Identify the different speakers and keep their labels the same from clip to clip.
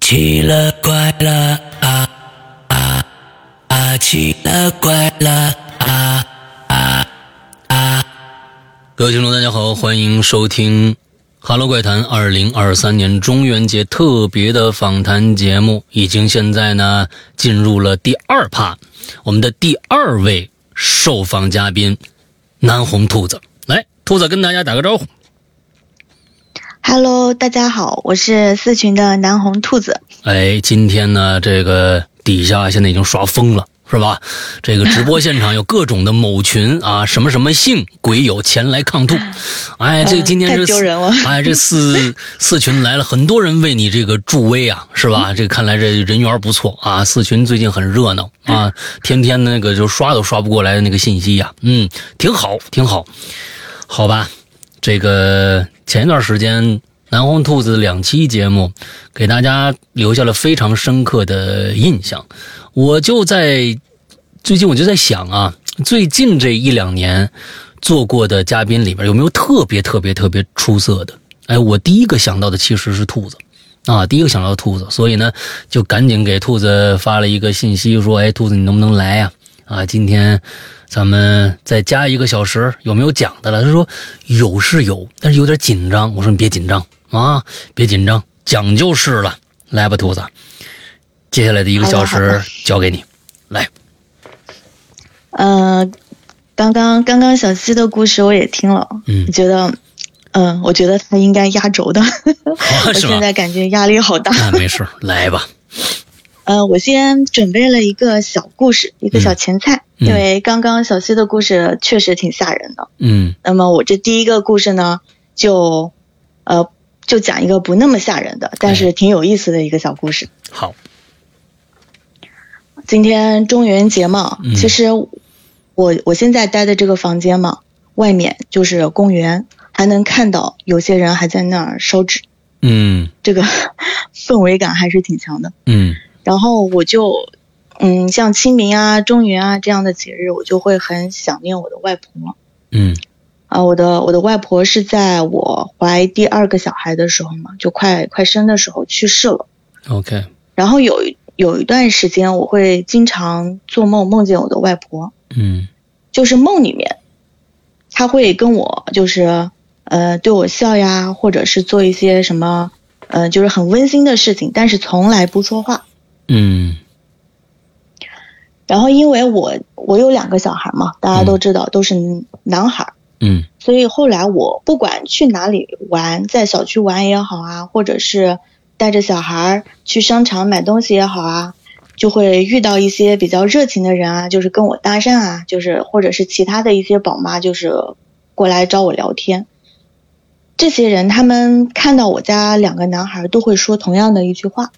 Speaker 1: 奇了怪了啊啊啊！奇了怪了啊啊啊！
Speaker 2: 各位听众，大家好，欢迎收听《哈喽怪谈》二零二三年中元节特别的访谈节目，已经现在呢进入了第二趴，我们的第二位受访嘉宾南红兔子，来，兔子跟大家打个招呼。
Speaker 3: Hello，大家好，我是四群的南红兔子。
Speaker 2: 哎，今天呢，这个底下现在已经刷疯了，是吧？这个直播现场有各种的某群啊， 什么什么姓鬼友前来抗兔，哎，这
Speaker 3: 嗯
Speaker 2: 今天
Speaker 3: 太
Speaker 2: 这
Speaker 3: 丢
Speaker 2: 四
Speaker 3: 人了
Speaker 2: 哎，这 四四群来了，很多人为你这个助威啊，是
Speaker 3: 嗯
Speaker 2: 吧？这看来这人缘不错啊，四群最近很热闹
Speaker 3: 嗯
Speaker 2: 啊，天天那个就刷都刷不过来的那个信息呀、嗯，挺好，挺好，好吧？这个前一段时间南红兔子两期节目给大家留下了非常深刻的印象。我就在最近，我就在想啊，最近这一两年做过的嘉宾里边，有没有特别特别特别出色的？哎，我第一个想到的其实是兔子。啊，第一个想到兔子，所以呢，就赶紧给兔子发了一个信息，说：“哎，兔子，你能不能来呀、啊，今天咱们再加一个小时，有没有讲的了？他说有是有，但是有点紧张。我说你别紧张啊，别紧张，讲就是了。来吧，兔子，接下来的一个小
Speaker 3: 好的好
Speaker 2: 时交给你。来，
Speaker 3: 呃，刚刚刚刚小西的故事我也听了，
Speaker 2: 嗯
Speaker 3: 我觉得，嗯、我觉得他应该压 轴的，
Speaker 2: 好
Speaker 3: 我
Speaker 2: 是吧
Speaker 3: 现？在感觉压力好大。
Speaker 2: 那没事，来吧。
Speaker 3: 呃，我先准备了一个小故事，一个小前菜，
Speaker 2: 嗯
Speaker 3: 因为刚刚小西的故事确实挺吓人的。
Speaker 2: 嗯
Speaker 3: 那么我这第一个故事呢，就，呃，就讲一个不那么吓人的，但
Speaker 2: 哎
Speaker 3: 是挺有意思的一个小故事。
Speaker 2: 好，
Speaker 3: 今天中元节嘛，
Speaker 2: 嗯
Speaker 3: 其实我我现在待的这个房间嘛，外面就是公园，还能看到有些人还在那儿烧纸，
Speaker 2: 嗯
Speaker 3: 这个 氛围感还是挺强的。
Speaker 2: 嗯
Speaker 3: 然后我就，嗯，像清明啊、中元啊这样的节日，我就会很想念我的外婆
Speaker 2: 嗯
Speaker 3: 啊。我的我的外婆是在我怀第二个小孩的时候嘛，就快快生的时候去世了。
Speaker 2: ，OK，
Speaker 3: 然后有一有一段时间，我会经常做梦，梦见我的外婆。
Speaker 2: 嗯
Speaker 3: 就是梦里面，他会跟我就是呃对我笑呀，或者是做一些什么呃就是很温馨的事情，但是从来不说话。
Speaker 2: 嗯
Speaker 3: 然后因为我我有两个小孩嘛，大家都知道、都是男孩，
Speaker 2: 嗯
Speaker 3: 所以后来我不管去哪里玩，在小区玩也好啊，或者是带着小孩去商场买东西也好啊，就会遇到一些比较热情的人啊，就是跟我搭讪啊，就是或者是其他的一些宝妈，就是过来找我聊天。这些人他们看到我家两个男孩都会说同样的一句话，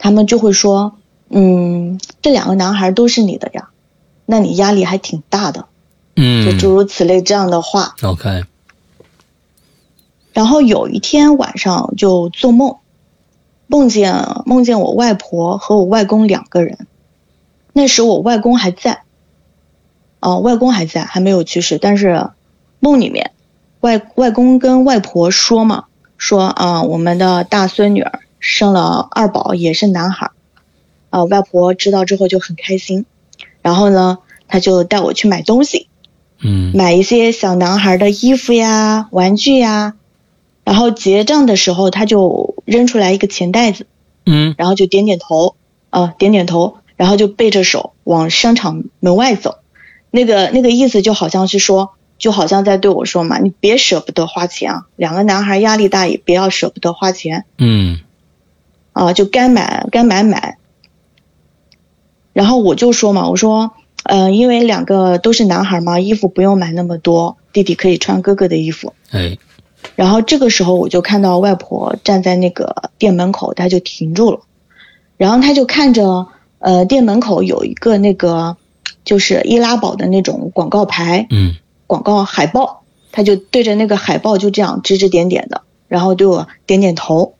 Speaker 3: 他们就会说：“嗯，这两个男孩都是你的呀，那你压力还挺大的。”就诸
Speaker 2: 嗯
Speaker 3: 如此类这样的话。
Speaker 2: ，OK，
Speaker 3: 然后有一天晚上就做梦，梦见梦见我外婆和我外公两个人。那时我外公还在，哦、外公还在，还没有去世。但是梦里面，外外公跟外婆说嘛，说啊、我们的大孙女儿生了二宝，也是男孩儿。啊、外婆知道之后就很开心，然后呢，她就带我去买东西。
Speaker 2: 嗯
Speaker 3: 买一些小男孩的衣服呀、玩具呀，然后结账的时候，他就扔出来一个钱袋子，
Speaker 2: 嗯
Speaker 3: 然后就点点头，啊、点点头，然后就背着手往商场门外走。那个那个意思就好像是说，就好像在对我说嘛，你别舍不得花钱啊，两个男孩压力大也不要舍不得花钱
Speaker 2: 嗯
Speaker 3: 啊、就该买该买买。然后我就说嘛，我说，嗯、因为两个都是男孩嘛，衣服不用买那么多，弟弟可以穿哥哥的衣服。
Speaker 2: 哎
Speaker 3: 然后这个时候我就看到外婆站在那个店门口，她就停住了，然后她就看着呃店门口有一个那个就是易拉宝的那种广告牌、
Speaker 2: 嗯
Speaker 3: 广告海报，她就对着那个海报就这样指指点点的，然后对我点点头，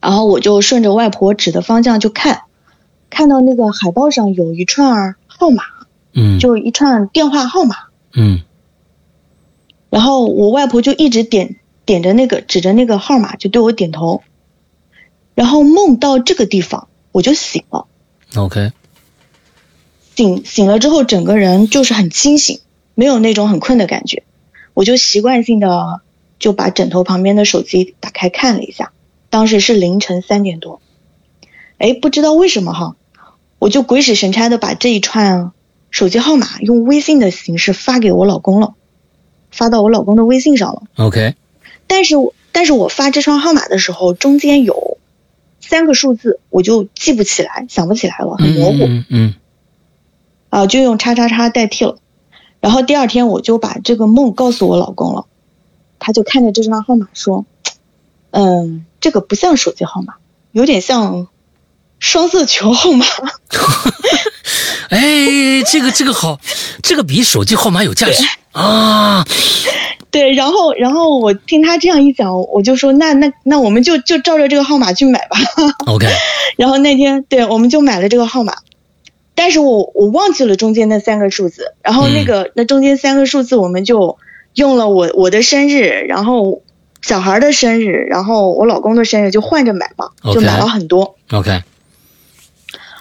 Speaker 3: 然后我就顺着外婆指的方向就看，看到那个海报上有一串儿号码，
Speaker 2: 嗯
Speaker 3: 就一串电话号码。
Speaker 2: 嗯
Speaker 3: 然后我外婆就一直点点着那个指着那个号码，就对我点头。然后梦到这个地方，我就醒了。
Speaker 2: ，OK，
Speaker 3: 醒醒了之后，整个人就是很清醒，没有那种很困的感觉。我就习惯性的就把枕头旁边的手机打开看了一下，当时是凌晨三点多。哎，不知道为什么哈，我就鬼使神差的把这一串手机号码用微信的形式发给我老公了，发到我老公的微信上了。
Speaker 2: ，OK，
Speaker 3: 但是我但是我发这串号码的时候，中间有三个数字，我就记不起来，想不起来了，很模糊。
Speaker 2: 嗯嗯
Speaker 3: 啊，就用叉叉叉代替了。然后第二天我就把这个梦告诉我老公了，他就看着这串号码说：“嗯，这个不像手机号码，有点像双色球号码。
Speaker 2: 嗯，哎，这个这个好，这个比手机号码有价值啊，”
Speaker 3: 对，然后然后我听他这样一讲，我就说：“那那那我们就就照着这个号码去买吧。
Speaker 2: ，OK，”
Speaker 3: 然后那天对，我们就买了这个号码。但是我我忘记了中间那三个数字，然后那
Speaker 2: 嗯
Speaker 3: 个、那中间三个数字我们就用了我我的生日，然后小孩的生日，然后我老公的生日就换着买嘛
Speaker 2: OK
Speaker 3: 就买了很多。
Speaker 2: OK，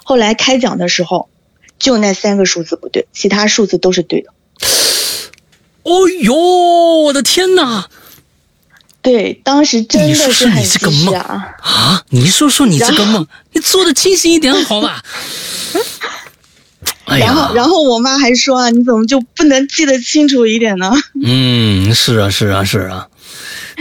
Speaker 3: 后来开奖的时候，就那三个数字不对，其他数字都是对的。
Speaker 2: 哦呦，我的天哪！
Speaker 3: 对，当时真的
Speaker 2: 你说说
Speaker 3: 很
Speaker 2: 你这
Speaker 3: 及
Speaker 2: 个
Speaker 3: 时
Speaker 2: 梦
Speaker 3: 啊！
Speaker 2: 啊，你说说你这个梦，你做的清醒一点好 吧？哎呀，
Speaker 3: 然后然后我妈还说啊，你怎么就不能记得清楚一点呢？
Speaker 2: 嗯，是啊，是啊，是啊，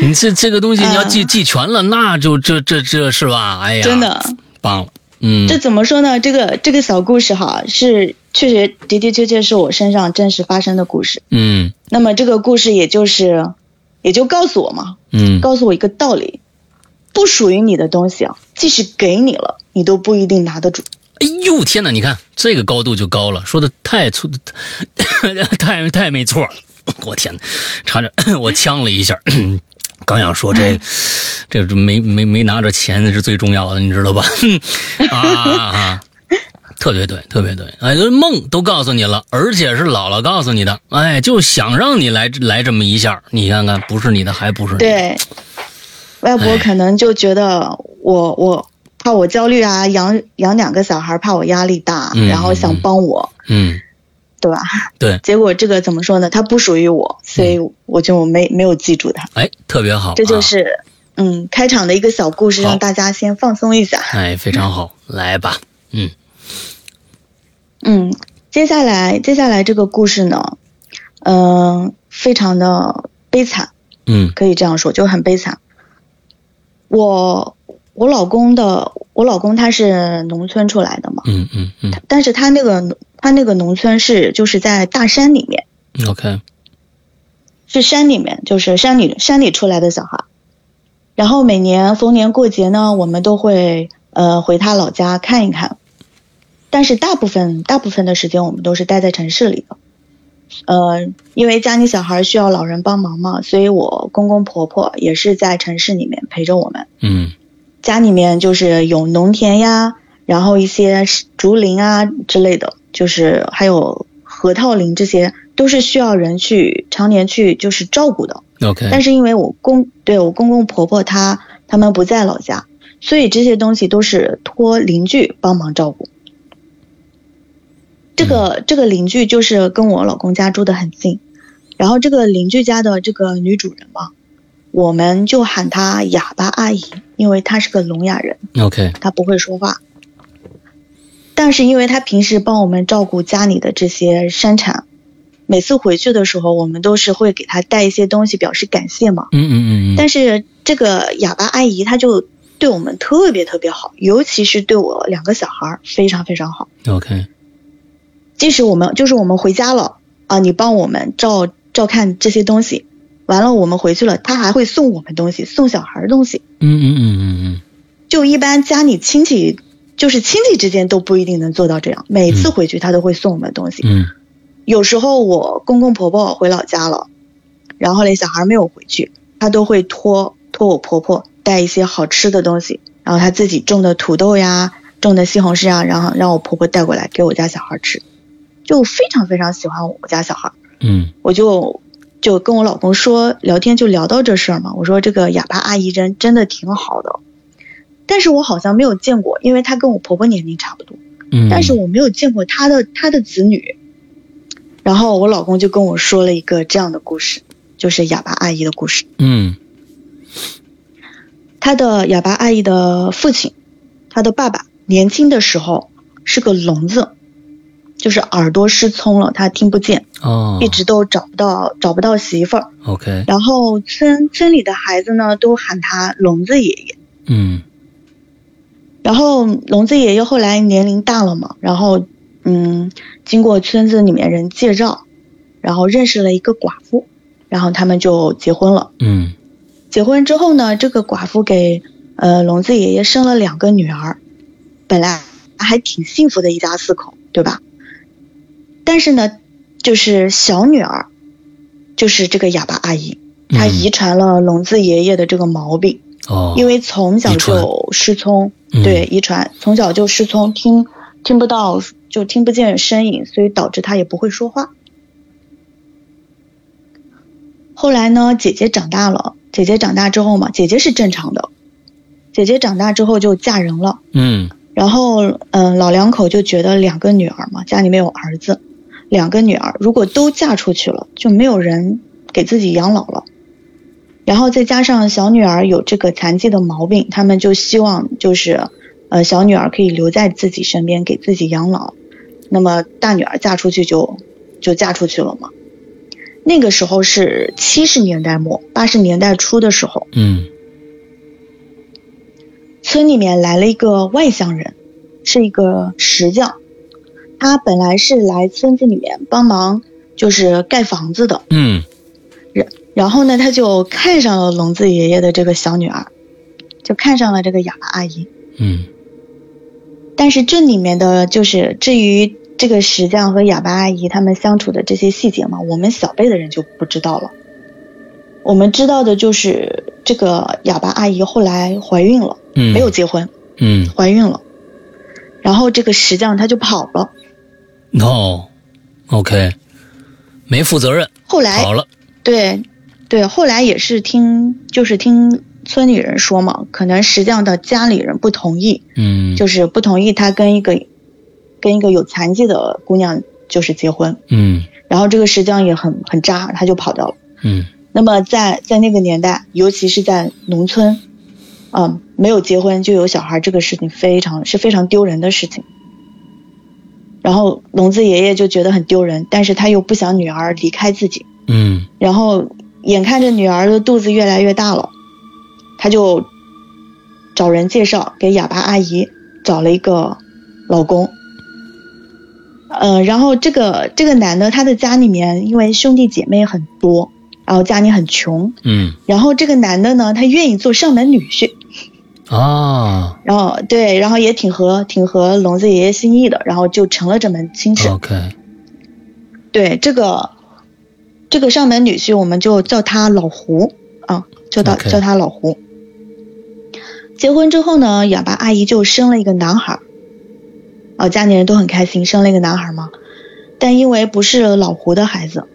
Speaker 2: 你这这个东西你要记、记全了，那就这这这是吧？哎呀，
Speaker 3: 嗯真的。
Speaker 2: 棒了，嗯，
Speaker 3: 这怎么说呢？这个这个小故事哈，是确实的的确确是我身上真实发生的故事。
Speaker 2: 嗯
Speaker 3: 那么这个故事也就是，也就告诉我嘛，
Speaker 2: 嗯，
Speaker 3: 告诉我一个道理：不属于你的东西啊，即使给你了，你都不一定拿得住。
Speaker 2: 哎呦天哪，你看这个高度就高了，说的太粗， 太太没错了，我天哪，差点 我呛了一下。 刚想说这，这没没没拿着钱是最重要的，你知道吧？ 啊啊啊！特别对，特别对。哎，这梦都告诉你了，而且是姥姥告诉你的。哎，就想让你来来这么一下，你看看，不是你的还不是你的。
Speaker 3: 对，外婆可能就觉得我我怕我焦虑啊，养养两个小孩怕我压力大，
Speaker 2: 嗯
Speaker 3: 然后想帮我，
Speaker 2: 嗯，
Speaker 3: 对吧？
Speaker 2: 对，
Speaker 3: 结果这个怎么说呢？它不属于我，所以
Speaker 2: 嗯
Speaker 3: 我就没没有记住它。
Speaker 2: 哎，特别好啊，
Speaker 3: 这就是、嗯开场的一个小故事，
Speaker 2: 好
Speaker 3: 让大家先放松一下。
Speaker 2: 哎，非常好，来吧，嗯
Speaker 3: 嗯，接下来接下来这个故事呢，嗯、非常的悲惨，
Speaker 2: 嗯
Speaker 3: 可以这样说，就很悲惨。我我老公的我老公他是农村出来的嘛，
Speaker 2: 嗯嗯嗯
Speaker 3: 但是他那个他那个农村是就是在大山里面，
Speaker 2: 嗯，OK，
Speaker 3: 是山里面，就是山里山里出来的小孩。然后每年逢年过节呢，我们都会呃回他老家看一看，但是大部分大部分的时间我们都是待在城市里的。呃，因为家里小孩需要老人帮忙嘛，所以我公公婆婆也是在城市里面陪着我们。
Speaker 2: 嗯
Speaker 3: 家里面就是有农田呀，然后一些竹林啊之类的，就是还有核桃林这些，都是需要人去常年去就是照顾的。
Speaker 2: ，OK，
Speaker 3: 但是因为我公对我公公婆婆他他们不在老家，所以这些东西都是托邻居帮忙照顾。这个这个邻居就是跟我老公家住的很近，然后这个邻居家的这个女主人嘛，我们就喊她哑巴阿姨，因为她是个聋哑人，
Speaker 2: OK，
Speaker 3: 她不会说话。但是因为她平时帮我们照顾家里的这些山产，每次回去的时候，我们都是会给她带一些东西表示感谢嘛。
Speaker 2: 嗯嗯嗯嗯
Speaker 3: 但是这个哑巴阿姨她就对我们特别特别好，尤其是对我两个小孩儿非常非常好。
Speaker 2: 嗯，OK，
Speaker 3: 即使我们就是我们回家了啊，你帮我们照照看这些东西，完了我们回去了，她还会送我们东西，送小孩儿东西。
Speaker 2: 嗯嗯嗯嗯
Speaker 3: 就一般家里亲戚，就是亲戚之间都不一定能做到这样。每次回去她都会送我们东西。
Speaker 2: 嗯
Speaker 3: 有时候我公公婆婆回老家了，然后嘞小孩没有回去，她都会托托我婆婆带一些好吃的东西，然后她自己种的土豆呀，种的西红柿呀，然后让我婆婆带过来给我家小孩吃，就非常非常喜欢我家小孩，
Speaker 2: 嗯
Speaker 3: 我就就跟我老公说聊天就聊到这事儿嘛，我说这个哑巴阿姨真真的挺好的，但是我好像没有见过，因为她跟我婆婆年龄差不多，
Speaker 2: 嗯，
Speaker 3: 但是我没有见过她的她的子女。然后我老公就跟我说了一个这样的故事，就是哑巴阿姨的故事。
Speaker 2: 嗯
Speaker 3: 她的哑巴阿姨的父亲，她的爸爸年轻的时候是个聋子，就是耳朵失聪了，他听不见，
Speaker 2: 哦，
Speaker 3: 一直都找不到找不到媳妇儿。
Speaker 2: OK，
Speaker 3: 然后村村里的孩子呢，都喊他聋子爷爷。
Speaker 2: 嗯
Speaker 3: 然后聋子爷爷后来年龄大了嘛，然后嗯，经过村子里面人介绍，然后认识了一个寡妇，然后他们就结婚了。
Speaker 2: 嗯
Speaker 3: 结婚之后呢，这个寡妇给呃聋子爷爷生了两个女儿，本来还挺幸福的一家四口，对吧？但是呢，就是小女儿，就是这个哑巴阿姨，她
Speaker 2: 嗯
Speaker 3: 遗传了聋子爷爷的这个毛病，
Speaker 2: 哦，
Speaker 3: 因为从小
Speaker 2: 遗传
Speaker 3: 就失聪，
Speaker 2: 嗯
Speaker 3: 对，遗传，从小就失聪，听听不到，就听不见声音，所以导致他也不会说话。后来呢，姐姐长大了，姐姐长大之后嘛，姐姐是正常的，姐姐长大之后就嫁人了，
Speaker 2: 嗯
Speaker 3: 然后嗯、呃老两口就觉得两个女儿嘛，家里没有儿子，两个女儿如果都嫁出去了，就没有人给自己养老了。然后再加上小女儿有这个残疾的毛病，他们就希望就是，呃，小女儿可以留在自己身边给自己养老，那么大女儿嫁出去就就嫁出去了嘛。那个时候是七十年代末八十年代初的时候，
Speaker 2: 嗯
Speaker 3: 村里面来了一个外乡人，是一个石匠，他本来是来村子里面帮忙，就是盖房子的。
Speaker 2: 嗯
Speaker 3: 然后呢，他就看上了聋子爷爷的这个小女儿，就看上了这个哑巴阿姨。
Speaker 2: 嗯
Speaker 3: 但是这里面的就是至于这个石匠和哑巴阿姨他们相处的这些细节嘛，我们小辈的人就不知道了。我们知道的就是这个哑巴阿姨后来怀孕了，
Speaker 2: 嗯，
Speaker 3: 没有结婚。
Speaker 2: 嗯
Speaker 3: 怀孕了，然后这个石匠他就跑了。
Speaker 2: 哦 OK，没负责任，
Speaker 3: 后
Speaker 2: 好
Speaker 3: 来
Speaker 2: 了，
Speaker 3: 对对，后来也是听就是听村里人说嘛，可能石匠的家里人不同意，
Speaker 2: 嗯
Speaker 3: 就是不同意他跟一个跟一个有残疾的姑娘就是结婚。
Speaker 2: 嗯
Speaker 3: 然后这个石匠也很很渣，他就跑掉了。
Speaker 2: 嗯
Speaker 3: 那么在在那个年代，尤其是在农村，嗯，没有结婚就有小孩这个事情非常是非常丢人的事情。然后聋子爷爷就觉得很丢人，但是他又不想女儿离开自己，
Speaker 2: 嗯
Speaker 3: 然后眼看着女儿的肚子越来越大了，他就找人介绍给哑巴阿姨找了一个老公。呃，然后这个这个男的他的家里面因为兄弟姐妹很多，然后家里很穷，
Speaker 2: 嗯
Speaker 3: 然后这个男的呢他愿意做上门女婿，
Speaker 2: 啊
Speaker 3: 然后对，然后也挺合挺合聋子爷爷心意的，然后就成了这门亲事。
Speaker 2: OK，
Speaker 3: 对这个这个上门女婿，我们就叫他老胡啊，叫他
Speaker 2: OK
Speaker 3: 叫他老胡。结婚之后呢，哑巴阿姨就生了一个男孩儿，啊，家里人都很开心，生了一个男孩儿嘛。但因为不是老胡的孩子，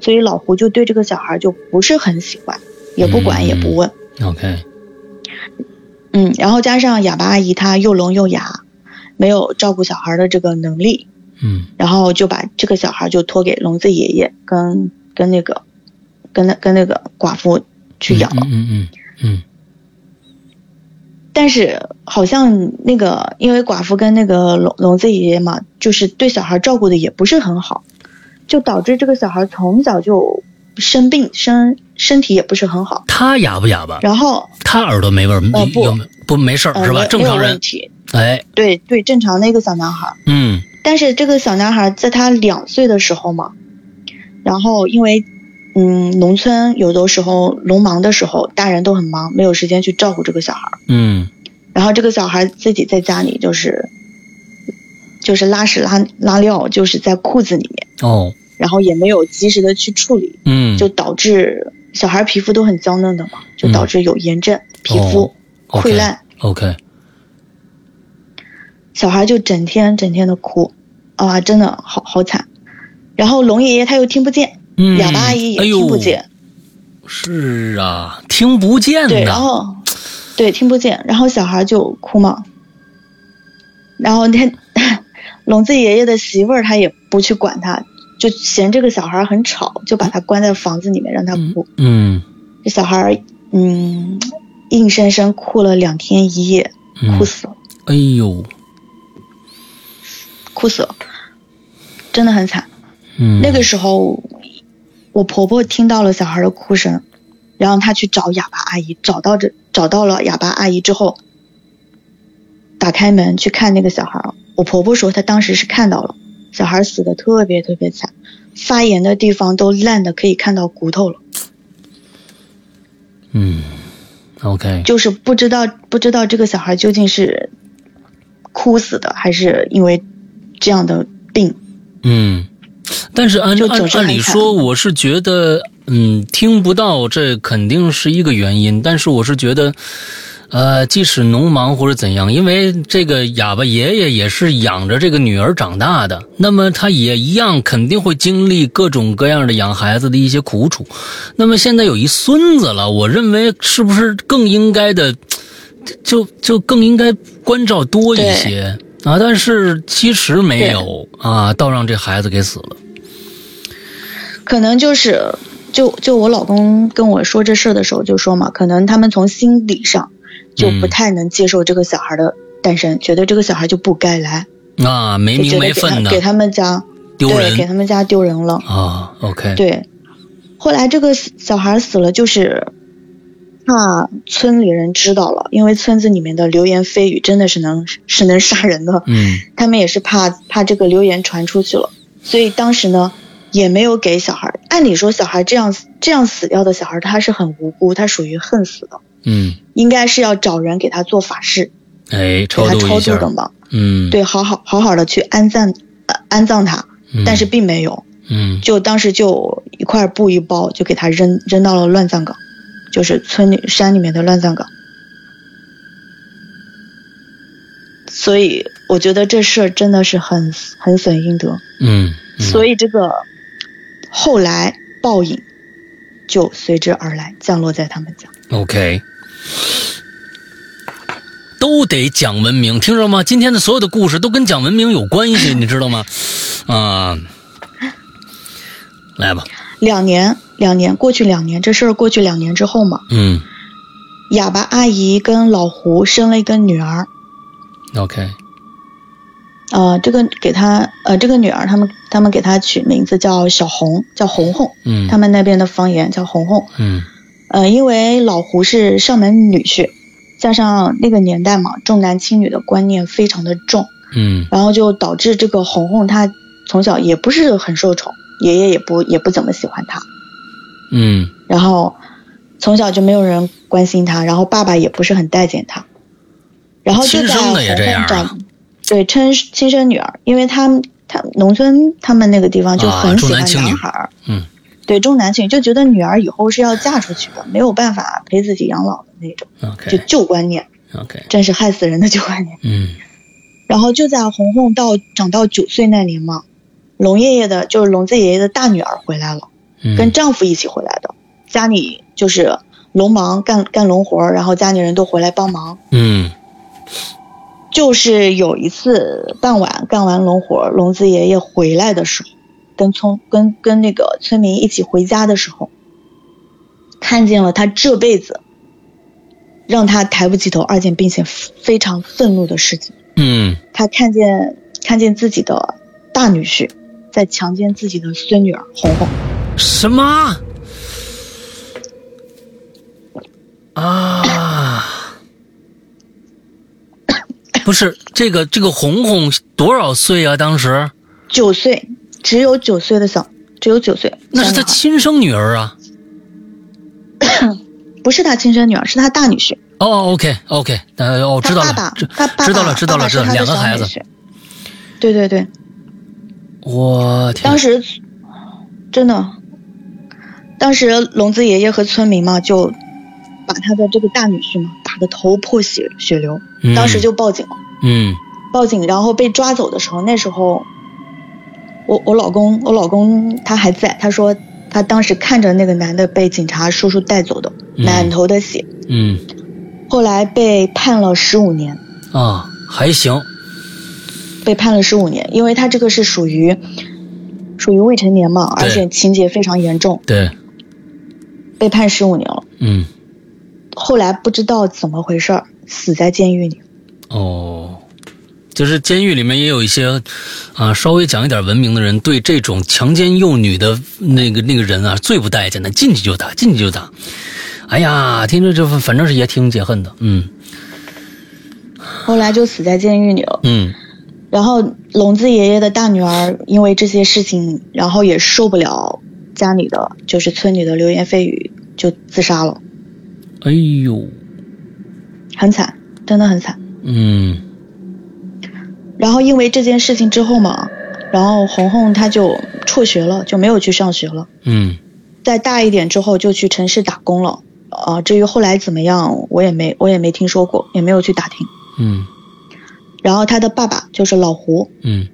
Speaker 3: 所以老胡就对这个小孩儿就不是很喜欢，也不管也不问。
Speaker 2: OK，
Speaker 3: 嗯，然后加上哑巴阿姨她又聋又哑，没有照顾小孩儿的这个能力，
Speaker 2: 嗯
Speaker 3: 然后就把这个小孩就托给聋子爷爷跟跟那个跟那跟那个寡妇去养了。
Speaker 2: 嗯嗯嗯
Speaker 3: 但是好像那个因为寡妇跟那个聋聋子爷爷嘛，就是对小孩照顾的也不是很好，就导致这个小孩从小就生病，身身体也不是很好。
Speaker 2: 他哑不哑巴？
Speaker 3: 然后
Speaker 2: 他耳朵没问
Speaker 3: 呃
Speaker 2: 题，
Speaker 3: 不
Speaker 2: 有没不没事儿
Speaker 3: 呃
Speaker 2: 是吧？
Speaker 3: 没
Speaker 2: 正
Speaker 3: 没有
Speaker 2: 常
Speaker 3: 问
Speaker 2: 人，
Speaker 3: 题，
Speaker 2: 哎，
Speaker 3: 对对，正常的一个小男孩。
Speaker 2: 嗯
Speaker 3: 但是这个小男孩在他两岁的时候嘛，然后因为，嗯，农村有的时候农忙的时候，大人都很忙，没有时间去照顾这个小孩儿。
Speaker 2: 嗯
Speaker 3: 然后这个小孩自己在家里就是，就是拉屎拉拉尿，就是在裤子里面，
Speaker 2: 哦
Speaker 3: 然后也没有及时的去处理，
Speaker 2: 嗯，
Speaker 3: 就导致小孩皮肤都很娇嫩的嘛，就导致有炎症、皮肤
Speaker 2: 哦
Speaker 3: 溃烂。
Speaker 2: OK，
Speaker 3: 小孩就整天整天的哭，啊，真的好好惨。然后龙爷爷他又听不见，
Speaker 2: 嗯，
Speaker 3: 哑巴阿姨也
Speaker 2: 哎呦
Speaker 3: 听不见，
Speaker 2: 是啊，听不见
Speaker 3: 对，然
Speaker 2: 的，
Speaker 3: 后对，听不见。然后小孩就哭嘛。然后那 聋子爷爷的媳妇儿她也不去管他，就嫌这个小孩很吵，就把他关在房子里面让他哭。
Speaker 2: 嗯
Speaker 3: 这小孩嗯，硬生生哭了两天一夜，
Speaker 2: 嗯
Speaker 3: 哭，死了，
Speaker 2: 哎呦，
Speaker 3: 哭死了，真的很惨。
Speaker 2: 嗯，
Speaker 3: 那个时候，我婆婆听到了小孩的哭声，然后她去找哑巴阿姨，找到这找到了哑巴阿姨之后，打开门去看那个小孩儿。我婆婆说她当时是看到了，小孩死的特别特别惨，发炎的地方都烂的可以看到骨头了，
Speaker 2: 嗯，OK，
Speaker 3: 就是不知道不知道这个小孩究竟是哭死的，还是因为这样的病。
Speaker 2: 嗯，但是按
Speaker 3: 就
Speaker 2: 按
Speaker 3: 总是
Speaker 2: 按
Speaker 3: 很
Speaker 2: 理
Speaker 3: 惨
Speaker 2: 说，我是觉得，嗯，听不到这肯定是一个原因，但是我是觉得，呃，即使农忙或者怎样，因为这个哑巴爷爷也是养着这个女儿长大的，那么他也一样肯定会经历各种各样的养孩子的一些苦楚。那么现在有一孙子了，我认为是不是更应该的，就就更应该关照多一
Speaker 3: 对
Speaker 2: 些啊？但是其实没有啊，倒让这孩子给死了。
Speaker 3: 可能就是，就就我老公跟我说这事儿的时候就说嘛，可能他们从心理上就
Speaker 2: 嗯
Speaker 3: 不太能接受这个小孩的诞生，觉得这个小孩就不该来，
Speaker 2: 啊，没
Speaker 3: 就觉
Speaker 2: 名
Speaker 3: 得
Speaker 2: 没
Speaker 3: 给他
Speaker 2: 分的，
Speaker 3: 给他们家
Speaker 2: 丢
Speaker 3: 对给
Speaker 2: 人
Speaker 3: 他们家丢人了。
Speaker 2: 啊。OK，
Speaker 3: 对，后来这个死小孩死了，就是怕村里人知道了，因为村子里面的流言蜚语真的是能是能杀人的。
Speaker 2: 嗯
Speaker 3: 他们也是怕怕这个流言传出去了，所以当时呢也没有给小孩儿。按理说，小孩这样这样死掉的小孩，他是很无辜，他属于恨死的，
Speaker 2: 嗯，
Speaker 3: 应该是要找人给他做法事，
Speaker 2: 哎，
Speaker 3: 给
Speaker 2: 超
Speaker 3: 他
Speaker 2: 度
Speaker 3: 超
Speaker 2: 一
Speaker 3: 度
Speaker 2: 下
Speaker 3: 的，嘛，
Speaker 2: 嗯，，
Speaker 3: 对，好好好好的去安葬、呃、安葬他，但是并没有，
Speaker 2: 嗯
Speaker 3: 就当时就一块布一包，就给他扔扔到了乱葬岗，就是村里山里面的乱葬岗。所以我觉得这事儿真的是很很损阴德。
Speaker 2: 嗯，
Speaker 3: 所
Speaker 2: 以
Speaker 3: 以这个后来报应就随之而来，降落在他们家。
Speaker 2: OK。都得讲文明，听着吗？今天的所有的故事都跟讲文明有关系，你知道吗？啊，来吧，
Speaker 3: 两年，两年过去，两年这事儿过去两年之后嘛，
Speaker 2: 嗯
Speaker 3: 哑巴阿姨跟老胡生了一个女儿，
Speaker 2: ，OK，
Speaker 3: 呃，这个给她，呃，这个女儿他们他们给她取名字叫小红，叫红红，
Speaker 2: 嗯，
Speaker 3: 他们那边的方言叫红红。
Speaker 2: 嗯
Speaker 3: 呃，因为老胡是上门女婿，加上那个年代嘛，重男轻女的观念非常的重。
Speaker 2: 嗯
Speaker 3: 然后就导致这个红红她从小也不是很受宠，爷爷也不也不怎么喜欢她，
Speaker 2: 嗯
Speaker 3: 然后从小就没有人关心她，然后爸爸也不是很待见她，然后就
Speaker 2: 亲
Speaker 3: 在
Speaker 2: 生
Speaker 3: 红
Speaker 2: 的也这
Speaker 3: 红
Speaker 2: 样啊
Speaker 3: 长对亲亲生女儿，因为他们他农村他们那个地方就
Speaker 2: 啊
Speaker 3: 很
Speaker 2: 重
Speaker 3: 喜
Speaker 2: 男
Speaker 3: 欢
Speaker 2: 轻女
Speaker 3: 男孩儿，
Speaker 2: 嗯，
Speaker 3: 对重男轻女就觉得女儿以后是要嫁出去的，没有办法陪自己养老的那种，就
Speaker 2: 嗯，OK
Speaker 3: 旧观念，
Speaker 2: OK，
Speaker 3: 真是害死人的旧观念。
Speaker 2: 嗯
Speaker 3: 然后就在红红到长到九岁那年嘛，龙爷爷的就是龙子爷爷的大女儿回来了，
Speaker 2: 嗯，
Speaker 3: 跟丈夫一起回来的，家里就是农忙干干农活儿，然后家里人都回来帮忙。
Speaker 2: 嗯
Speaker 3: 就是有一次傍晚干完农活儿，龙子爷爷回来的时候，跟村跟跟那个村民一起回家的时候，看见了他这辈子让他抬不起头，而且并且非常愤怒的事情。
Speaker 2: 嗯
Speaker 3: 他看见看见自己的大女婿在强奸自己的孙女儿红红，
Speaker 2: 什么啊？不是这个这个红红多少岁啊？当时
Speaker 3: 九岁，只有九岁的小，只有九岁，
Speaker 2: 那是
Speaker 3: 小
Speaker 2: 他
Speaker 3: 女孩
Speaker 2: 亲生女儿啊。
Speaker 3: 不是他亲生女儿，是他大女婿，
Speaker 2: 哦，OK OK，呃，哦，
Speaker 3: 他
Speaker 2: 知道
Speaker 3: 爸
Speaker 2: 了，
Speaker 3: 爸
Speaker 2: 知，
Speaker 3: 他爸爸
Speaker 2: 知道了，知道了，
Speaker 3: 爸爸
Speaker 2: 知
Speaker 3: 是
Speaker 2: 道了，
Speaker 3: 他
Speaker 2: 两
Speaker 3: 的
Speaker 2: 个
Speaker 3: 小
Speaker 2: 孩
Speaker 3: 女
Speaker 2: 子，
Speaker 3: 婿。对对对，
Speaker 2: 我天
Speaker 3: 当，时真的，当时聋子爷爷和村民嘛，就把他的这个大女婿嘛打得头破血血流，
Speaker 2: 嗯
Speaker 3: 当时就报警了。
Speaker 2: 嗯
Speaker 3: 报警，然后被抓走的时候，那时候我我老公我老公他还在，他说他当时看着那个男的被警察叔叔带走的，
Speaker 2: 嗯
Speaker 3: 满头的血。
Speaker 2: 嗯
Speaker 3: 后来被判了十五年，
Speaker 2: 啊，还行，
Speaker 3: 被判了十五年，因为他这个是属于属于未成年嘛，
Speaker 2: 对
Speaker 3: 而且情节非常严重，
Speaker 2: 对，
Speaker 3: 被判十五年了。
Speaker 2: 嗯，
Speaker 3: 后来不知道怎么回事儿，死在监狱里。
Speaker 2: 哦，就是监狱里面也有一些啊，稍微讲一点文明的人，对这种强奸幼女的那个那个人啊，最不待见的，进去就打，进去就打。哎呀，听着这反正是也挺解恨的，嗯
Speaker 3: 后来就死在监狱里了。
Speaker 2: 嗯
Speaker 3: 然后聋子爷爷的大女儿因为这些事情，然后也受不了家里的就是村里的流言蜚语，就自杀了，
Speaker 2: 哎呦，
Speaker 3: 很惨，真的很惨。
Speaker 2: 嗯
Speaker 3: 然后因为这件事情之后嘛，然后红红她就辍学了，就没有去上学了。
Speaker 2: 嗯
Speaker 3: 再大一点之后就去城市打工了。啊，至于后来怎么样，我也没我也没听说过，也没有去打听。
Speaker 2: 嗯
Speaker 3: 然后他的爸爸就是老胡，
Speaker 2: 嗯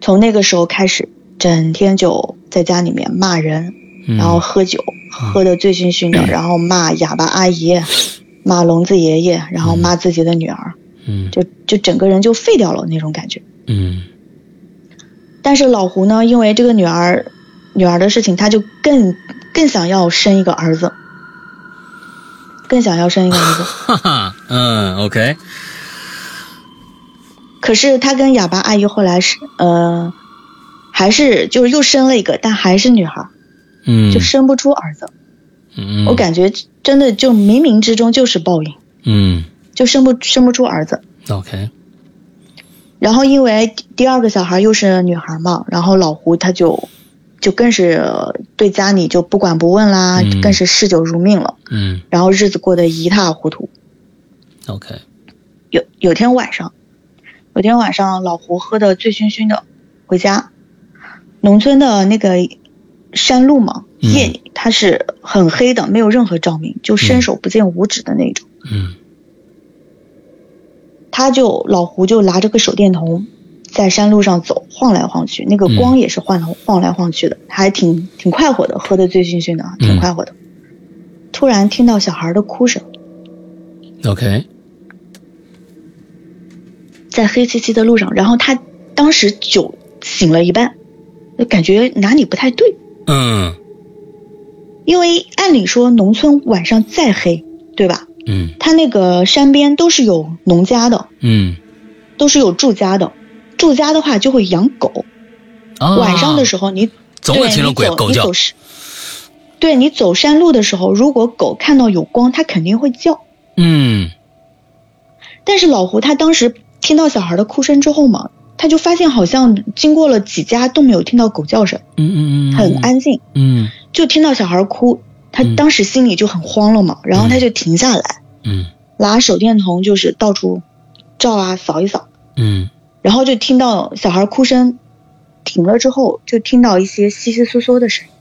Speaker 3: 从那个时候开始，整天就在家里面骂人，
Speaker 2: 嗯，啊
Speaker 3: 然后喝酒，喝得醉醺醺的，然后骂哑巴阿姨， 骂聋子爷爷，然后骂自己的女儿，
Speaker 2: 嗯
Speaker 3: 就就整个人就废掉了那种感觉。
Speaker 2: 嗯
Speaker 3: 但是老胡呢，因为这个女儿，女儿的事情，他就更更想要生一个儿子，更想要生一 个儿子。
Speaker 2: 哈哈，嗯，OK，
Speaker 3: 可是他跟哑巴阿姨后来是呃，还是就是又生了一个，但还是女孩，
Speaker 2: 嗯，
Speaker 3: 就生不出儿子。
Speaker 2: 嗯，
Speaker 3: 我感觉真的就冥冥之中就是报应，
Speaker 2: 嗯
Speaker 3: 就生不生不出儿子。
Speaker 2: ，OK，
Speaker 3: 然后因为第二个小孩又是女孩嘛，然后老胡他就就更是对家里就不管不问啦，
Speaker 2: 嗯
Speaker 3: 更是嗜酒如命了，
Speaker 2: 嗯
Speaker 3: 然后日子过得一塌糊涂。
Speaker 2: ，OK，
Speaker 3: 有有天晚上，有天晚上老胡喝得醉醺醺的回家，农村的那个山路嘛，
Speaker 2: 嗯
Speaker 3: 夜里它是很黑的，没有任何照明，就伸手不见五指的那种。
Speaker 2: 嗯
Speaker 3: 他就老胡就拿着个手电筒，在山路上走，晃来晃去，那个光也是晃来晃来晃去的，还挺挺快活的，喝得醉醺醺的，挺快活的。突然听到小孩的哭声，
Speaker 2: ，OK，
Speaker 3: 在黑漆漆的路上，然后他当时酒醒了一半，就感觉哪里不太对，
Speaker 2: 嗯
Speaker 3: 因为按理说农村晚上再黑，对吧？
Speaker 2: 嗯
Speaker 3: 他那个山边都是有农家的，
Speaker 2: 嗯，
Speaker 3: 都是有住家的，住家的话就会养狗，
Speaker 2: 啊，
Speaker 3: 晚上的时候你
Speaker 2: 总会听到鬼
Speaker 3: 对你走
Speaker 2: 狗
Speaker 3: 你
Speaker 2: 叫
Speaker 3: 走，是对你走山路的时候，如果狗看到有光，它肯定会叫。
Speaker 2: 嗯
Speaker 3: 但是老胡他当时听到小孩的哭声之后嘛，他就发现好像经过了几家都没有听到狗叫声，
Speaker 2: 嗯嗯嗯，
Speaker 3: 很，安静，
Speaker 2: 嗯
Speaker 3: 就听到小孩哭，他
Speaker 2: 嗯
Speaker 3: 当时心里就很慌了嘛，然后他就停下来，
Speaker 2: 嗯
Speaker 3: 拿手电筒就是到处照啊扫一扫，
Speaker 2: 嗯
Speaker 3: 然后就听到小孩哭声停了之后，就听到一些窸窸窣窣的声音，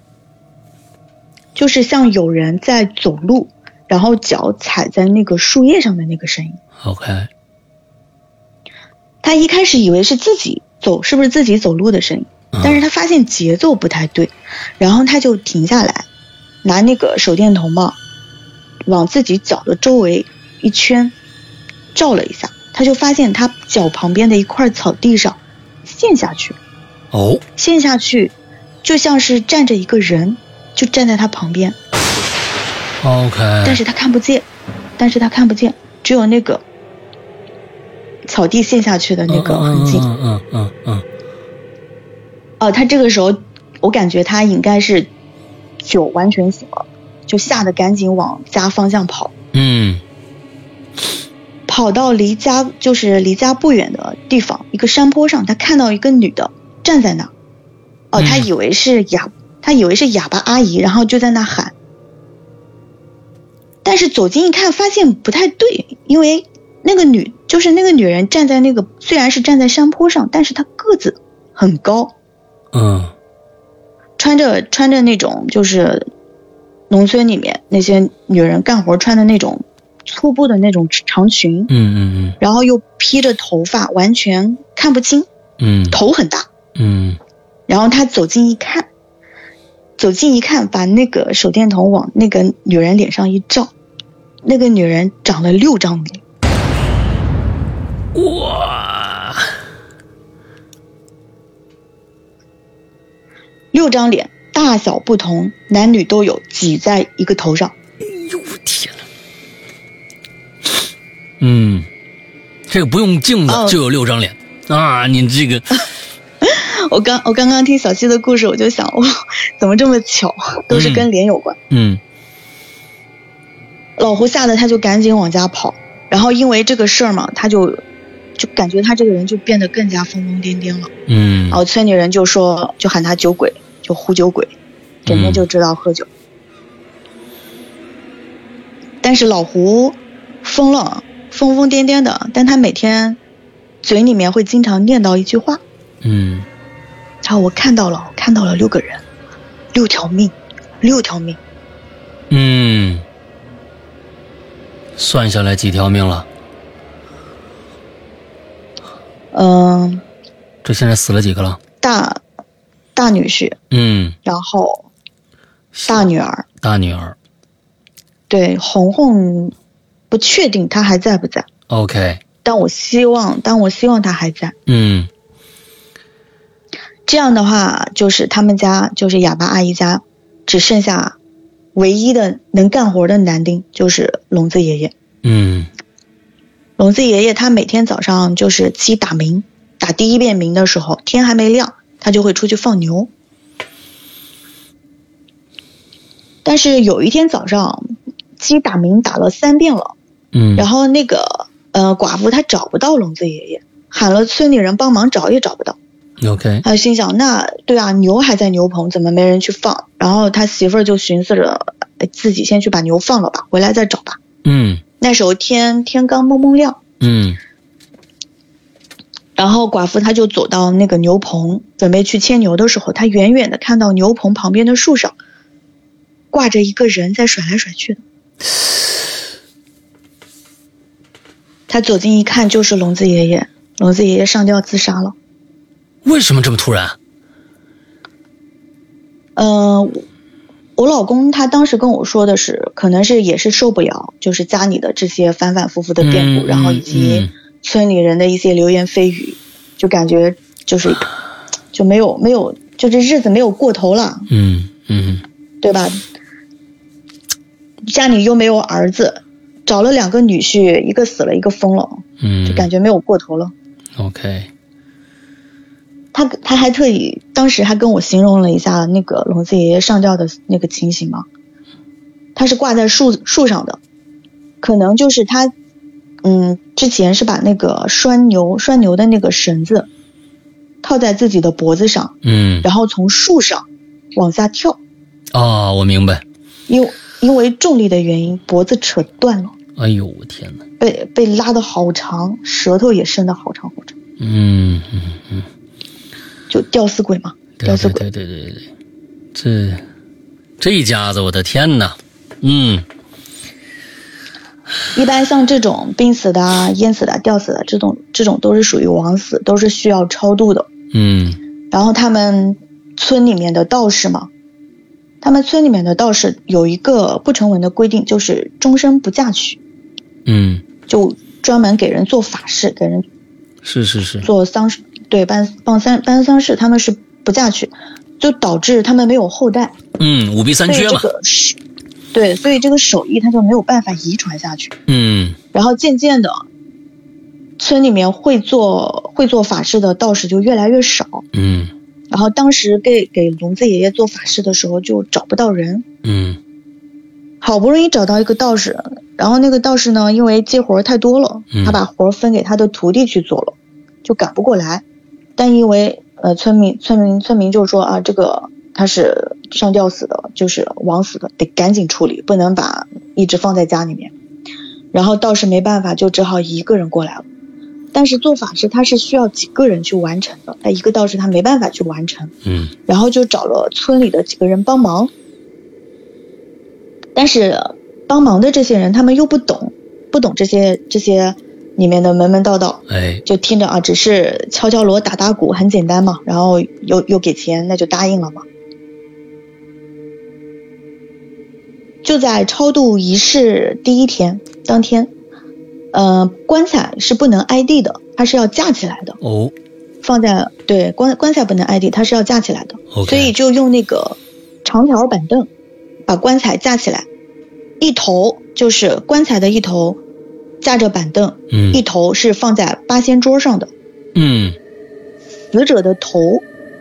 Speaker 3: 就是像有人在走路，然后脚踩在那个树叶上的那个声音。
Speaker 2: ，OK，
Speaker 3: 他一开始以为是自己走，是不是自己走路的声音？
Speaker 2: 嗯
Speaker 3: 但是他发现节奏不太对，然后他就停下来，拿那个手电筒嘛，往自己脚的周围一圈照了一下，他就发现他脚旁边的一块草地上陷下去了。
Speaker 2: 哦，
Speaker 3: 陷下去，就像是站着一个人，就站在他旁边，
Speaker 2: ，OK，
Speaker 3: 但是他看不见，但是他看不见，只有那个草地陷下去的那个痕迹。
Speaker 2: 嗯嗯嗯嗯
Speaker 3: 哦、他这个时候，我感觉他应该是酒完全醒了，就吓得赶紧往家方向跑，
Speaker 2: 嗯
Speaker 3: 跑到离家就是离家不远的地方一个山坡上，他看到一个女的站在那儿，哦、
Speaker 2: 嗯
Speaker 3: 他以为是哑，他以为是哑巴阿姨，然后就在那喊。但是走近一看，发现不太对，因为那个女就是那个女人站在那个虽然是站在山坡上，但是她个子很高，
Speaker 2: 嗯
Speaker 3: 穿着穿着那种就是农村里面那些女人干活穿的那种粗布的那种长裙，
Speaker 2: 嗯嗯
Speaker 3: 然后又披着头发，完全看不清，
Speaker 2: 嗯
Speaker 3: 头很大。
Speaker 2: 嗯
Speaker 3: 然后他走近一看，走近一看，把那个手电筒往那个女人脸上一照，那个女人长了六张米，
Speaker 2: 哇，
Speaker 3: 六张脸，大小不同，男女都有，挤在一个头上。
Speaker 2: 哟天呐。嗯，这个不用镜子
Speaker 3: 哦
Speaker 2: 就有六张脸、啊！你这个
Speaker 3: 我刚我刚刚听小七的故事，我就想，哇，怎么这么巧，都是跟脸有关。
Speaker 2: 嗯
Speaker 3: 老胡吓得他就赶紧往家跑，然后因为这个事儿嘛，他就就感觉他这个人就变得更加疯疯癫癫了。
Speaker 2: 嗯
Speaker 3: 然后村里人就说，就喊他酒鬼，就呼酒鬼，整天就知道喝酒。但是老胡疯了，疯疯癫癫的，但他每天嘴里面会经常念叨一句话，
Speaker 2: 嗯
Speaker 3: 然后我看到了，我看到了六个人，六条命，六条命，
Speaker 2: 嗯，算下来几条命了？
Speaker 3: 嗯、
Speaker 2: 这现在死了几个了？
Speaker 3: 大大女婿，
Speaker 2: 嗯，
Speaker 3: 然后大女儿，
Speaker 2: 大女儿。
Speaker 3: 对红红不确定她还在不在，
Speaker 2: OK，
Speaker 3: 但我希望，但我希望她还在。
Speaker 2: 嗯
Speaker 3: 这样的话，就是他们家就是哑巴阿姨家，只剩下唯一的能干活的男丁，就是聋子爷爷。
Speaker 2: 嗯
Speaker 3: 聋子爷爷他每天早上就是鸡打鸣，打第一遍鸣的时候，天还没亮，他就会出去放牛。但是有一天早上，鸡打鸣打了三遍了，
Speaker 2: 嗯，
Speaker 3: 然后那个呃寡妇她找不到聋子爷爷，喊了村里人帮忙找也找不到。
Speaker 2: OK，
Speaker 3: 他就心想，那对啊，牛还在牛棚，怎么没人去放？然后他媳妇儿就寻思着，哎自己先去把牛放了吧，回来再找吧。
Speaker 2: 嗯
Speaker 3: 那时候天天刚蒙蒙亮，
Speaker 2: 嗯
Speaker 3: 然后寡妇她就走到那个牛棚，准备去牵牛的时候，她远远的看到牛棚旁边的树上挂着一个人在甩来甩去的。她走近一看，就是聋子爷爷。聋子爷爷上吊自杀了。
Speaker 2: 为什么这么突然？
Speaker 3: 呃，我我老公他当时跟我说的是，可能是也是受不了，就是家里的这些反反复复的变
Speaker 2: 嗯
Speaker 3: 故，然后以及村里人的一些流言蜚语，就感觉就是 就没有没有，就这日子没有过头了，
Speaker 2: 嗯嗯
Speaker 3: 对吧？家里又没有儿子，找了两个女婿，一个死了，一个疯了，
Speaker 2: 嗯，
Speaker 3: 就感觉没有过头了。
Speaker 2: OK，
Speaker 3: 他他还特意当时还跟我形容了一下那个聋子爷爷上吊的那个情形嘛，他是挂在树树上的，可能就是他，嗯，之前是把那个拴牛拴牛的那个绳子套在自己的脖子上，
Speaker 2: 嗯
Speaker 3: 然后从树上往下跳，
Speaker 2: 哦，我明白。
Speaker 3: 因为因为重力的原因，脖子扯断了，
Speaker 2: 哎呦，我天哪！
Speaker 3: 被被拉的好长，舌头也伸的好长好长，
Speaker 2: 嗯嗯嗯，
Speaker 3: 就吊死鬼嘛，
Speaker 2: 对
Speaker 3: 吊死
Speaker 2: 对对
Speaker 3: 鬼。
Speaker 2: 对对对，这这一家子，我的天哪！嗯
Speaker 3: 一般像这种病死的、啊、淹死的、吊死的这种，这种都是属于枉死，都是需要超度的。
Speaker 2: 嗯
Speaker 3: 然后他们村里面的道士嘛，他们村里面的道士有一个不成文的规定，就是终身不嫁娶，
Speaker 2: 嗯，
Speaker 3: 就专门给人做法事，给人
Speaker 2: 是是是，
Speaker 3: 做丧事，对，办办丧办丧事，他们是不嫁娶，就导致他们没有后代，
Speaker 2: 嗯，五弊三
Speaker 3: 所以
Speaker 2: 缺
Speaker 3: 这
Speaker 2: 嘛，
Speaker 3: 个是，对，所以这个手艺他就没有办法遗传下去。
Speaker 2: 嗯
Speaker 3: 然后渐渐的，村里面会做会做法事的道士就越来越少。
Speaker 2: 嗯
Speaker 3: 然后当时给给聋子爷爷做法事的时候就找不到人，
Speaker 2: 嗯
Speaker 3: 好不容易找到一个道士，然后那个道士呢，因为接活儿太多了
Speaker 2: 嗯，
Speaker 3: 他把活儿分给他的徒弟去做了，就赶不过来。但因为呃村民村民村民就说啊，这个他是上吊死的，就是枉死的，得赶紧处理，不能把一直放在家里面。然后道士没办法，就只好一个人过来了。但是做法事他是需要几个人去完成的，他一个道士他没办法去完成。
Speaker 2: 嗯
Speaker 3: 然后就找了村里的几个人帮忙。但是帮忙的这些人，他们又不懂，不懂这些这些里面的门门道道，
Speaker 2: 哎，
Speaker 3: 就听着啊，只是敲敲锣打打鼓，很简单嘛。然后又又给钱，那就答应了嘛。就在超度仪式第一天当天，呃，棺材是不能 ID 的，它是要架起来的，
Speaker 2: 哦
Speaker 3: 放在对棺棺材不能 ID，它是要架起来的。
Speaker 2: ，OK，
Speaker 3: 所以就用那个长条板凳把棺材架起来，一头就是棺材的一头架着板凳，
Speaker 2: 嗯
Speaker 3: 一头是放在八仙桌上的，
Speaker 2: 嗯
Speaker 3: 死者的头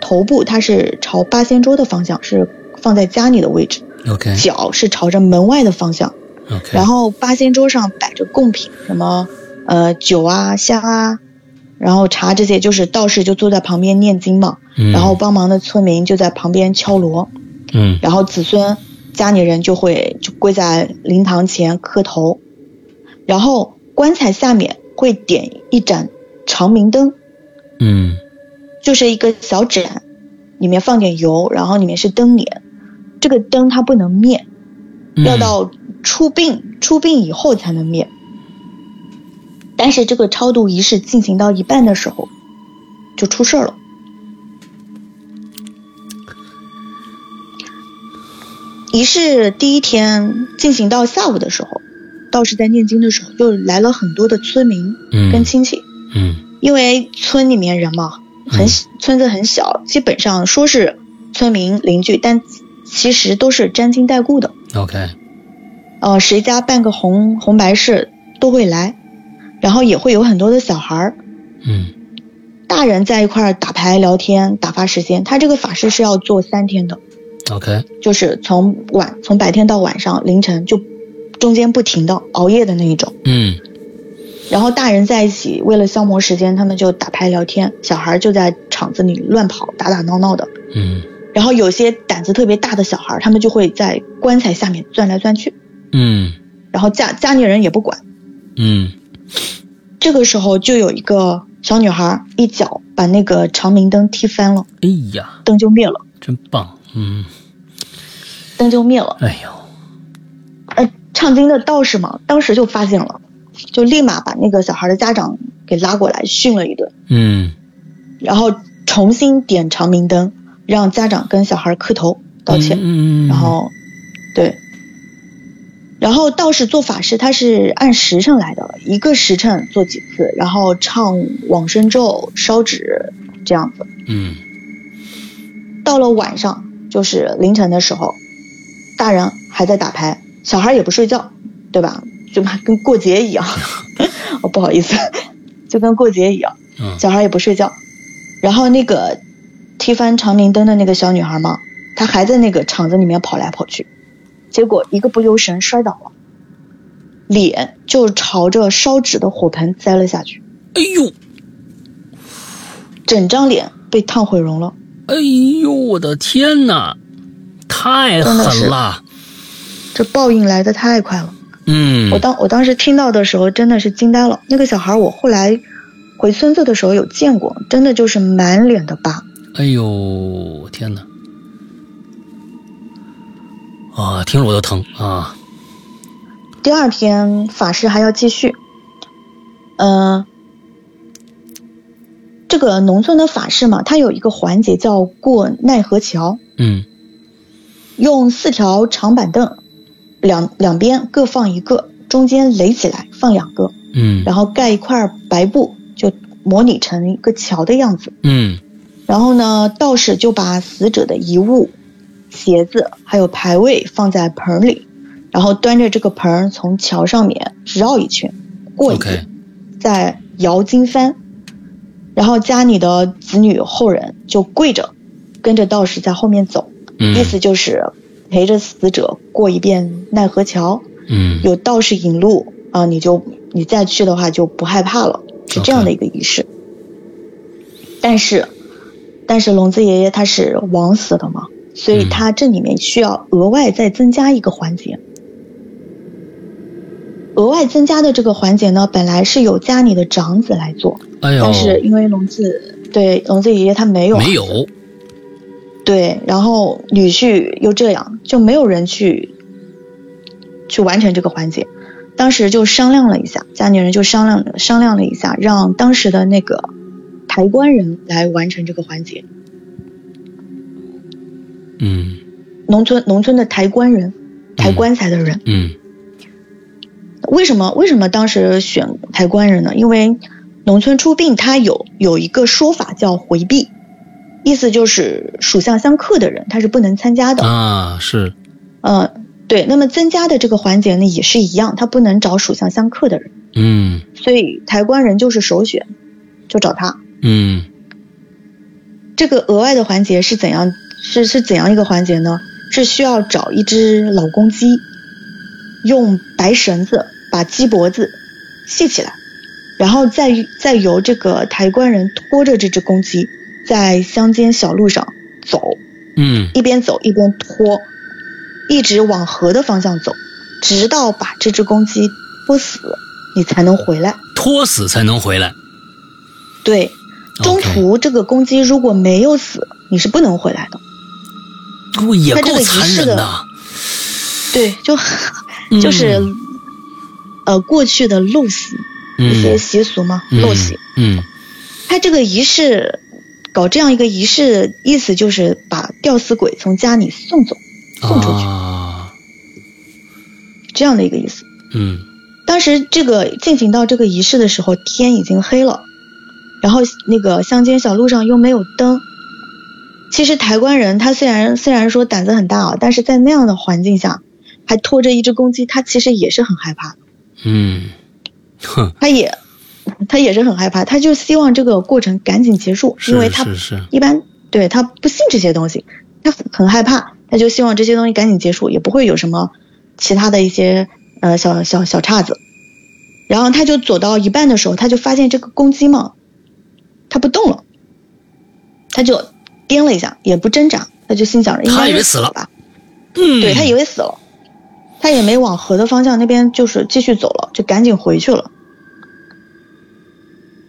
Speaker 3: 头部它是朝八仙桌的方向，是放在家里的位置，
Speaker 2: ，OK
Speaker 3: 脚是朝着门外的方向，
Speaker 2: OK，
Speaker 3: 然后八仙桌上摆着贡品，什么呃酒啊、虾啊。然后茶这些，就是道士就坐在旁边念经嘛，
Speaker 2: 嗯
Speaker 3: 然后帮忙的村民就在旁边敲锣，
Speaker 2: 嗯
Speaker 3: 然后子孙家里人就会就跪在灵堂前磕头，然后棺材下面会点一盏长明灯，
Speaker 2: 嗯
Speaker 3: 就是一个小盏，里面放点油，然后里面是灯帘，这个灯它不能灭，
Speaker 2: 嗯
Speaker 3: 要到出殡出殡以后才能灭。但是这个超度仪式进行到一半的时候，就出事儿了。仪式第一天进行到下午的时候，道士在念经的时候，又来了很多的村民
Speaker 2: 嗯
Speaker 3: 跟亲戚，
Speaker 2: 嗯
Speaker 3: 因为村里面人嘛，很、
Speaker 2: 嗯
Speaker 3: 村子很小，基本上说是村民邻居，但其实都是沾亲带故的。
Speaker 2: OK
Speaker 3: 呃，谁家办个红红白事都会来，然后也会有很多的小孩儿，
Speaker 2: 嗯
Speaker 3: 大人在一块儿打牌聊天打发时间。他这个法事是要做三天的，
Speaker 2: OK
Speaker 3: 就是从晚从白天到晚上凌晨就中间不停的熬夜的那一种。
Speaker 2: 嗯
Speaker 3: 然后大人在一起为了消磨时间，他们就打牌聊天，小孩儿就在场子里乱跑打打闹闹的。
Speaker 2: 嗯
Speaker 3: 然后有些胆子特别大的小孩儿，他们就会在棺材下面钻来钻去，
Speaker 2: 嗯
Speaker 3: 然后家家里人也不管。
Speaker 2: 嗯
Speaker 3: 这个时候就有一个小女孩一脚把那个长明灯踢翻了，
Speaker 2: 哎呀，
Speaker 3: 灯就灭了，
Speaker 2: 真棒，嗯，
Speaker 3: 灯就灭了。
Speaker 2: 哎呦，
Speaker 3: 呃，唱经的道士嘛，当时就发现了，就立马把那个小孩的家长给拉过来训了一顿，
Speaker 2: 嗯
Speaker 3: 然后重新点长明灯，让家长跟小孩磕头道
Speaker 2: 嗯
Speaker 3: 歉。
Speaker 2: 嗯嗯
Speaker 3: 然后，对，然后道士做法事，他是按时辰来的，一个时辰做几次，然后唱往生咒、烧纸这样子。
Speaker 2: 嗯
Speaker 3: 到了晚上，就是凌晨的时候，大人还在打牌，小孩也不睡觉，对吧？就怕跟过节一样，哦，不好意思，就跟过节一样，
Speaker 2: 嗯
Speaker 3: 小孩也不睡觉。然后那个踢翻长明灯的那个小女孩嘛，她还在那个场子里面跑来跑去，结果一个不留神摔倒了，脸就朝着烧纸的火盆栽了下去，
Speaker 2: 哎呦
Speaker 3: 整张脸被烫毁容了。
Speaker 2: 哎呦，我的天哪，太狠了，
Speaker 3: 这报应来的太快了。
Speaker 2: 嗯
Speaker 3: 我当我当时听到的时候，真的是惊呆了。那个小孩，我后来回村子的时候有见过，真的就是满脸的疤。
Speaker 2: 哎呦，天哪！啊，听着我都疼啊！
Speaker 3: 第二天法事还要继续，嗯、这个农村的法事嘛，它有一个环节叫过奈何桥，
Speaker 2: 嗯
Speaker 3: 用四条长板凳，两两边各放一个，中间垒起来放两个，
Speaker 2: 嗯
Speaker 3: 然后盖一块白布，就模拟成一个桥的样子。
Speaker 2: 嗯
Speaker 3: 然后呢，道士就把死者的遗物、鞋子还有牌位放在盆儿里，然后端着这个盆儿从桥上面绕一圈，过一遍
Speaker 2: ，OK，
Speaker 3: 再摇金幡。然后家里的子女后人就跪着，跟着道士在后面走，
Speaker 2: 嗯
Speaker 3: 意思就是陪着死者过一遍奈何桥，
Speaker 2: 嗯
Speaker 3: 有道士引路啊，你就你再去的话就不害怕了，是这样的一个仪式。但是，但是聋子爷爷他是枉死的嘛，所以
Speaker 2: 嗯
Speaker 3: 他这里面需要额外再增加一个环节。额外增加的这个环节呢，本来是由家里的长子来做，
Speaker 2: 哎呦，
Speaker 3: 但是因为聋子对聋子爷爷他没有啊
Speaker 2: 没有，
Speaker 3: 对，然后女婿又这样，就没有人去去完成这个环节。当时就商量了一下，家里人就商量了商量了一下，让当时的那个抬棺人来完成这个环节。
Speaker 2: 嗯
Speaker 3: 农村农村的抬棺人，抬棺材的人。
Speaker 2: 嗯
Speaker 3: 为什么为什么当时选抬棺人呢？因为农村出殡它有有一个说法叫回避，意思就是属相相克的人他是不能参加的。
Speaker 2: 啊是
Speaker 3: 嗯、呃，对。那么增加的这个环节呢也是一样，他不能找属相相克的人，
Speaker 2: 嗯
Speaker 3: 所以抬棺人就是首选，就找他。
Speaker 2: 嗯
Speaker 3: 这个额外的环节是怎样？是是怎样一个环节呢？是需要找一只老公鸡，用白绳子把鸡脖子系起来，然后再再由这个抬棺人拖着这只公鸡在乡间小路上走，
Speaker 2: 嗯
Speaker 3: 一边走一边拖，一直往河的方向走，直到把这只公鸡拖死，你才能回来。
Speaker 2: 拖死才能回来。
Speaker 3: 对，中
Speaker 2: OK
Speaker 3: 途这个公鸡如果没有死，你是不能回来的。
Speaker 2: 我也
Speaker 3: 它这
Speaker 2: 够
Speaker 3: 个仪
Speaker 2: 残
Speaker 3: 式
Speaker 2: 忍
Speaker 3: 的
Speaker 2: 的，
Speaker 3: 对，就 就是、
Speaker 2: 嗯
Speaker 3: 呃过去的陋习一些
Speaker 2: 嗯
Speaker 3: 习俗嘛，
Speaker 2: 嗯
Speaker 3: 陋习。
Speaker 2: 嗯
Speaker 3: 他这个仪式搞这样一个仪式，意思就是把吊死鬼从家里送走，送出去、
Speaker 2: 啊
Speaker 3: 这样的一个意思。
Speaker 2: 嗯
Speaker 3: 当时这个进行到这个仪式的时候，天已经黑了，然后那个乡间小路上又没有灯。其实抬棺人他虽然虽然说胆子很大啊，但是在那样的环境下，还拖着一只公鸡，他其实也是很害怕的。
Speaker 2: 嗯，哼
Speaker 3: 他也他也是很害怕，他就希望这个过程赶紧结束，
Speaker 2: 是
Speaker 3: 因为他
Speaker 2: 是是
Speaker 3: 一般对他不信这些东西，他很很害怕，他就希望这些东西赶紧结束，也不会有什么其他的一些呃小小小岔子。然后他就走到一半的时候，他就发现这个公鸡嘛，它不动了，他就颠了一下，也不挣扎，他就心想着应
Speaker 2: 他
Speaker 3: 该
Speaker 2: 以为
Speaker 3: 是
Speaker 2: 死了
Speaker 3: 吧，
Speaker 2: 嗯
Speaker 3: 对他以为死了，他也没往河的方向那边就是继续走了，就赶紧回去了。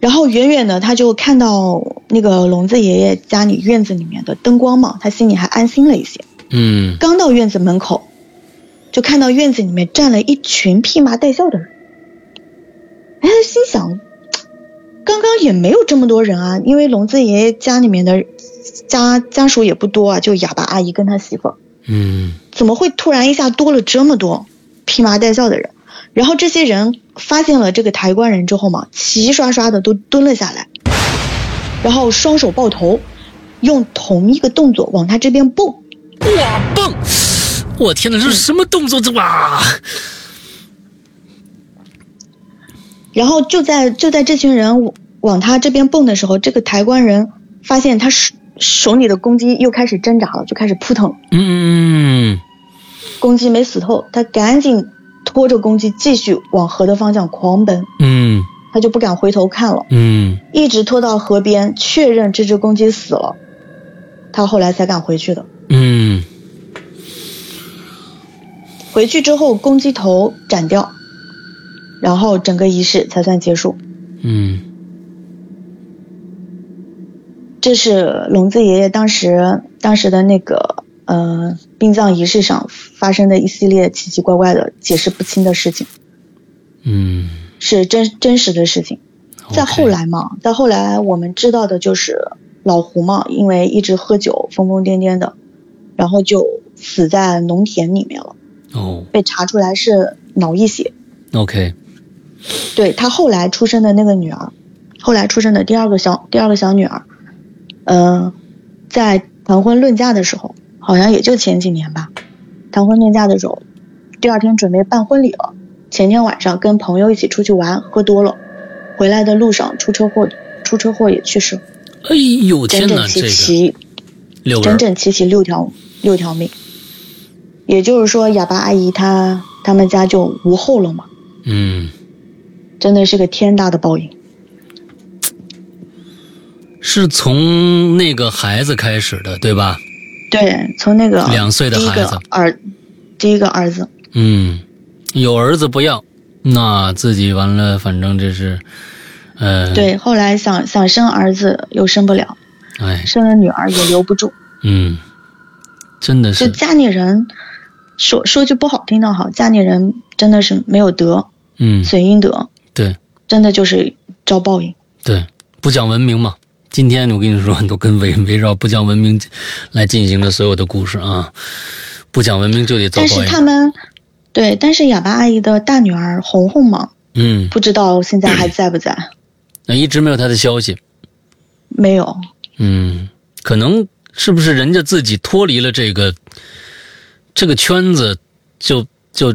Speaker 3: 然后远远的他就看到那个聋子爷爷家里院子里面的灯光嘛，他心里还安心了一些。
Speaker 2: 嗯
Speaker 3: 刚到院子门口，就看到院子里面站了一群披麻戴孝的人。哎，他心想，刚刚也没有这么多人啊，因为聋子爷爷家里面的家家属也不多啊，就哑巴阿姨跟他媳妇儿。
Speaker 2: 嗯
Speaker 3: 怎么会突然一下多了这么多披麻戴孝的人？然后这些人发现了这个抬棺人之后嘛，齐刷刷的都蹲了下来，然后双手抱头，用同一个动作往他这边蹦。
Speaker 2: 哇蹦！我天哪，这是什么动作？这哇！
Speaker 3: 然后就在就在这群人往他这边蹦的时候，这个抬棺人发现他手手里的公鸡又开始挣扎了，就开始扑腾了。
Speaker 2: 嗯
Speaker 3: 公鸡没死透，他赶紧拖着公鸡继续往河的方向狂奔，
Speaker 2: 嗯
Speaker 3: 他就不敢回头看了。
Speaker 2: 嗯
Speaker 3: 一直拖到河边，确认这只公鸡死了，他后来才敢回去的。
Speaker 2: 嗯
Speaker 3: 回去之后，公鸡头斩掉，然后整个仪式才算结束。
Speaker 2: 嗯
Speaker 3: 这是聋子爷爷当时当时的那个呃殡葬仪式上发生的一系列奇奇怪怪的、解释不清的事情，
Speaker 2: 嗯，
Speaker 3: 是真真实的事情。再
Speaker 2: OK
Speaker 3: 后，来嘛，再后来我们知道的就是老胡嘛，因为一直喝酒，疯疯癫癫的，然后就死在农田里面了。
Speaker 2: 哦
Speaker 3: 被查出来是脑溢血。
Speaker 2: ，OK，
Speaker 3: 对他后来出生的那个女儿，后来出生的第二个小第二个小女儿，呃，在谈婚论嫁的时候，好像也就前几年吧，谈婚论嫁的时候，第二天准备办婚礼了，前天晚上跟朋友一起出去玩，喝多了，回来的路上出车祸，出车祸也去世，
Speaker 2: 哎呦天
Speaker 3: 整
Speaker 2: 哪，
Speaker 3: 整齐
Speaker 2: 这个
Speaker 3: 齐，
Speaker 2: 六个
Speaker 3: 整
Speaker 2: 人，
Speaker 3: 整齐齐六条六条命，也就是说哑巴阿姨她他们家就无后了嘛。
Speaker 2: 嗯，
Speaker 3: 真的是个天大的报应。
Speaker 2: 是从那个孩子开始的，对吧？
Speaker 3: 对，从那个
Speaker 2: 两岁的
Speaker 3: 第一
Speaker 2: 孩子
Speaker 3: 个儿，第一个儿子，
Speaker 2: 嗯，有儿子不要，那自己完了，反正这是，呃，，
Speaker 3: 对，后来想想生儿子又生不了，
Speaker 2: 哎，
Speaker 3: 生了女儿也留不住，
Speaker 2: 嗯，真的，
Speaker 3: 就是家里人说说句不好听的哈，家里人真的是没有德，
Speaker 2: 嗯，
Speaker 3: 损阴德，
Speaker 2: 对
Speaker 3: 真的就是遭报应。
Speaker 2: 对，不讲文明嘛。今天我跟你说，都跟围围绕不讲文明来进行的所有的故事啊，不讲文明就得遭
Speaker 3: 但
Speaker 2: 报
Speaker 3: 是
Speaker 2: 应。
Speaker 3: 他们对，但是哑巴阿姨的大女儿红红嘛，
Speaker 2: 嗯，
Speaker 3: 不知道现在还在不在？
Speaker 2: 那一直没有他的消息。
Speaker 3: 没有，
Speaker 2: 嗯，可能是不是人家自己脱离了这个这个圈子，就就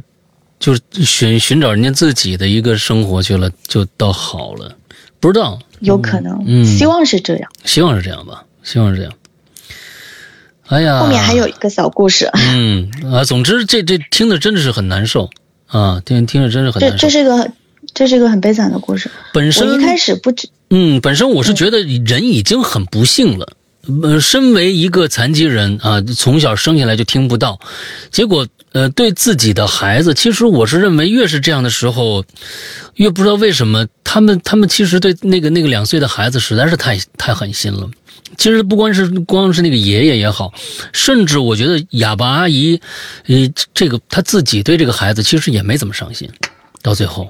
Speaker 2: 就寻寻找人家自己的一个生活去了，就倒好了。不知道，
Speaker 3: 有可能，
Speaker 2: 嗯
Speaker 3: 希望是这样。
Speaker 2: 希望是这样吧，希望是这样。哎呀，
Speaker 3: 后面还有一个小故事，
Speaker 2: 嗯啊，总之这这听着真的是很难受啊，听听着真是很
Speaker 3: 这
Speaker 2: 难受
Speaker 3: 这。是一个这是一个很悲惨的故事。
Speaker 2: 本
Speaker 3: 我一
Speaker 2: 身
Speaker 3: 开始不知，
Speaker 2: 嗯，本身我是觉得人已经很不幸了。呃，身为一个残疾人啊，从小生下来就听不到，结果呃，对自己的孩子，其实我是认为越是这样的时候，越不知道为什么他们他们其实对那个那个两岁的孩子实在是太太狠心了。其实不光是光是那个爷爷也好，甚至我觉得哑巴阿姨，呃，这个她自己对这个孩子其实也没怎么上心，到最后，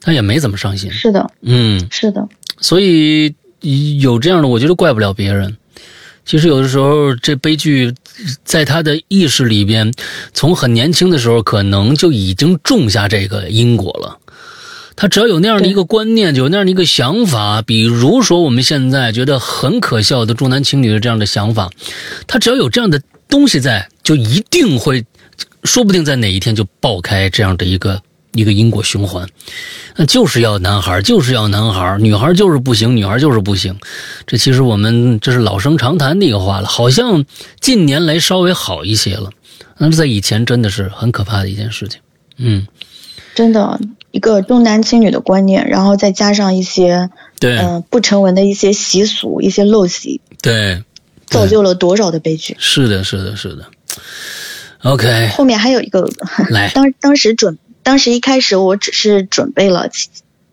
Speaker 2: 她也没怎么上心。
Speaker 3: 是的，
Speaker 2: 嗯，
Speaker 3: 是的，
Speaker 2: 所以有这样的，我觉得怪不了别人。其实有的时候，这悲剧在他的意识里边，从很年轻的时候可能就已经种下这个因果了。他只要有那样的一个观念，有那样的一个想法，比如说我们现在觉得很可笑的重男轻女的这样的想法，他只要有这样的东西在，就一定会，说不定在哪一天就爆开这样的一个一个因果循环。那就是要男孩儿，就是要男孩儿，女孩儿就是不行，女孩儿就是不行。这其实我们这是老生常谈的一个话了，好像近年来稍微好一些了，但是在以前真的是很可怕的一件事情。嗯，
Speaker 3: 真的一个重男轻女的观念，然后再加上一些
Speaker 2: 对、
Speaker 3: 嗯、呃不成文的一些习俗、一些陋习，
Speaker 2: 对，
Speaker 3: 造就了多少的悲剧。
Speaker 2: 是的，是的，是的。OK，
Speaker 3: 后面还有一个，
Speaker 2: 来，
Speaker 3: 当当时准，当时一开始我只是准备了其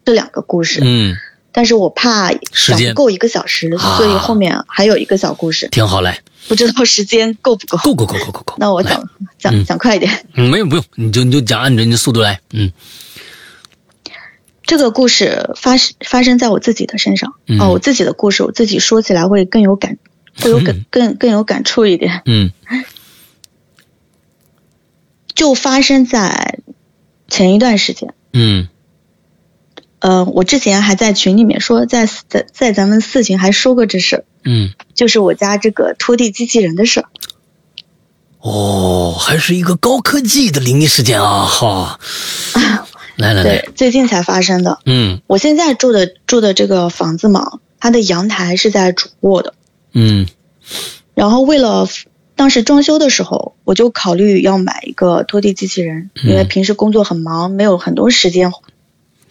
Speaker 3: 这两个故事，
Speaker 2: 嗯，
Speaker 3: 但是我怕
Speaker 2: 时
Speaker 3: 讲
Speaker 2: 间
Speaker 3: 不够一个小时，
Speaker 2: 啊
Speaker 3: 所以后面还有一个小故事，
Speaker 2: 挺好，来，
Speaker 3: 不知道时间够 不够。
Speaker 2: 够够够够够够。
Speaker 3: 那我
Speaker 2: 来
Speaker 3: 讲讲
Speaker 2: 嗯
Speaker 3: 讲快一点。
Speaker 2: 嗯没有不用，你就你就讲按着你的速度来。嗯
Speaker 3: 这个故事发生发生在我自己的身上，
Speaker 2: 嗯
Speaker 3: 哦，我自己的故事，我自己说起来会更有感，会有感更更有感触一点。
Speaker 2: 嗯
Speaker 3: 就发生在前一段时间，
Speaker 2: 嗯
Speaker 3: 呃，我之前还在群里面说，在在在咱们四群还说过这事儿，
Speaker 2: 嗯，
Speaker 3: 就是我家这个拖地机器人的事儿。
Speaker 2: 哦，还是一个高科技的灵异事件啊！哈，来来来，
Speaker 3: 对，最近才发生的。
Speaker 2: 嗯
Speaker 3: 我现在住的住的这个房子嘛，它的阳台是在主卧的，
Speaker 2: 嗯
Speaker 3: 然后为了 f- 当时装修的时候，我就考虑要买一个拖地机器人，
Speaker 2: 嗯
Speaker 3: 因为平时工作很忙，没有很多时间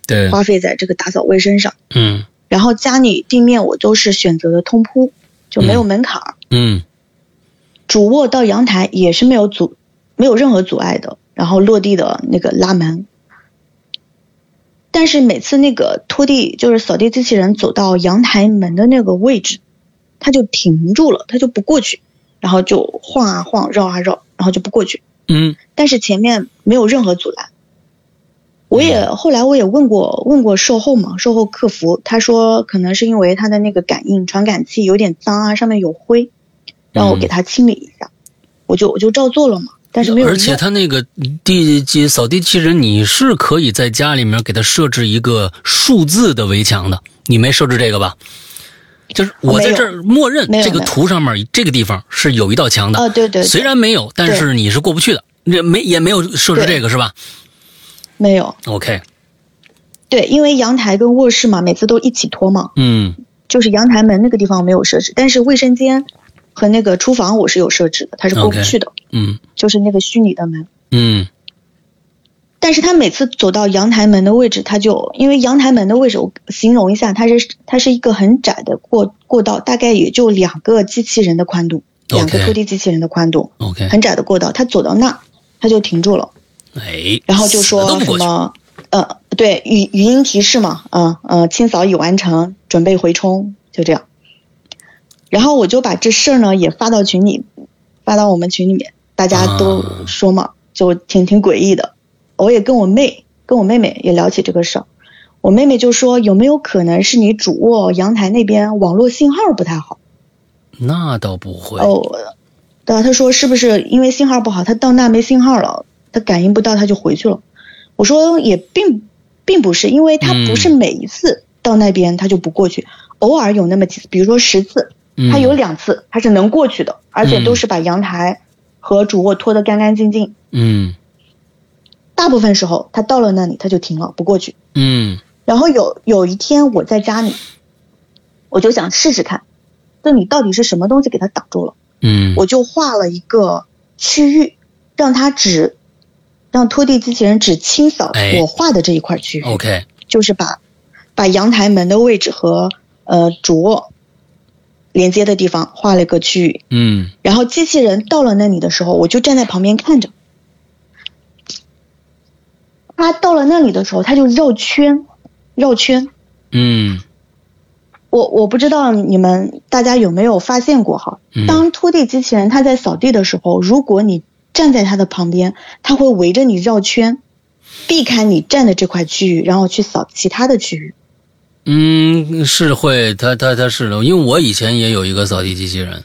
Speaker 2: 对，
Speaker 3: 花费在这个打扫卫生上。
Speaker 2: 嗯
Speaker 3: 然后家里地面我都是选择的通铺，就没有门槛儿，
Speaker 2: 嗯
Speaker 3: 主卧到阳台也是没有阻，没有任何阻碍的。然后落地的那个拉门，但是每次那个拖地就是扫地机器人走到阳台门的那个位置，它就停住了，它就不过去，然后就晃啊晃，绕啊绕，然后就不过去。
Speaker 2: 嗯
Speaker 3: 但是前面没有任何阻拦。我也
Speaker 2: 嗯
Speaker 3: 后来我也问过问过售后嘛，售后客服他说可能是因为他的那个感应传感器有点脏啊，上面有灰，让我给他清理一下，我就我就照做了嘛，但是没
Speaker 2: 嗯
Speaker 3: 有
Speaker 2: 而且
Speaker 3: 用
Speaker 2: 它那个地机扫地机器人，你是可以在家里面给它设置一个数字的围墙的，你没设置这个吧？就是我在这儿默认
Speaker 3: 没有
Speaker 2: 这个图上面这个地方是有一道墙的，
Speaker 3: 啊，对对
Speaker 2: 虽
Speaker 3: 对，
Speaker 2: 然没有，但是你是过不去的，这没也没有设置
Speaker 3: 对
Speaker 2: 这个是吧
Speaker 3: 没有
Speaker 2: ？OK，
Speaker 3: 对，因为阳台跟卧室嘛，每次都一起拖嘛，
Speaker 2: 嗯
Speaker 3: 就是阳台门那个地方没有设置，但是卫生间和那个厨房我是有设置的，它是过不
Speaker 2: OK
Speaker 3: 去的，
Speaker 2: 嗯
Speaker 3: 就是那个虚拟的门。
Speaker 2: 嗯
Speaker 3: 但是他每次走到阳台门的位置，他就因为阳台门的位置，我形容一下，它是它是一个很窄的过过道，大概也就两个机器人的宽度，两个
Speaker 2: OK
Speaker 3: 拖地机器人的宽度，
Speaker 2: ，OK，
Speaker 3: 很窄的过道。他走到那，他就停住了，
Speaker 2: 哎，
Speaker 3: 然后就
Speaker 2: 死都
Speaker 3: 说
Speaker 2: 不
Speaker 3: 什
Speaker 2: 过去，
Speaker 3: 么，呃，对，语语音提示嘛，嗯、呃、嗯，清扫已完成，准备回冲，就这样。然后我就把这事儿呢也发到群里，发到我们群里面，大家都
Speaker 2: 啊
Speaker 3: 说嘛，就挺挺诡异的。我也跟我妹跟我妹妹也聊起这个事儿，我妹妹就说有没有可能是你主卧阳台那边网络信号不太好？
Speaker 2: 那倒不会，
Speaker 3: 哦，对吧？他说是不是因为信号不好，他到那没信号了，他感应不到，他就回去了。我说也并并不是，因为他不是
Speaker 2: 嗯
Speaker 3: 每一次到那边他就不过去，偶尔有那么几次，比如说十次，
Speaker 2: 嗯
Speaker 3: 他有两次他是能过去的，而且都
Speaker 2: 嗯
Speaker 3: 是把阳台和主卧拖得干干净净。
Speaker 2: 嗯
Speaker 3: 大部分时候他到了那里他就停了，不过去。
Speaker 2: 嗯
Speaker 3: 然后有有一天我在家里，我就想试试看，这里到底是什么东西给它挡住了，
Speaker 2: 嗯，
Speaker 3: 我就画了一个区域，让它只让拖地机器人只清扫
Speaker 2: 哎哦
Speaker 3: 我画的这一块区域，
Speaker 2: OK，
Speaker 3: 就是把把阳台门的位置和呃主卧连接的地方画了一个区域，
Speaker 2: 嗯
Speaker 3: 然后机器人到了那里的时候，我就站在旁边看着。它到了那里的时候，它就绕圈，绕圈。
Speaker 2: 嗯
Speaker 3: 我我不知道你们大家有没有发现过哈
Speaker 2: 嗯，
Speaker 3: 当拖地机器人它在扫地的时候，如果你站在它的旁边，它会围着你绕圈，避开你站的这块区域，然后去扫其他的区域。
Speaker 2: 嗯，是会，他他他是的，因为我以前也有一个扫地机器人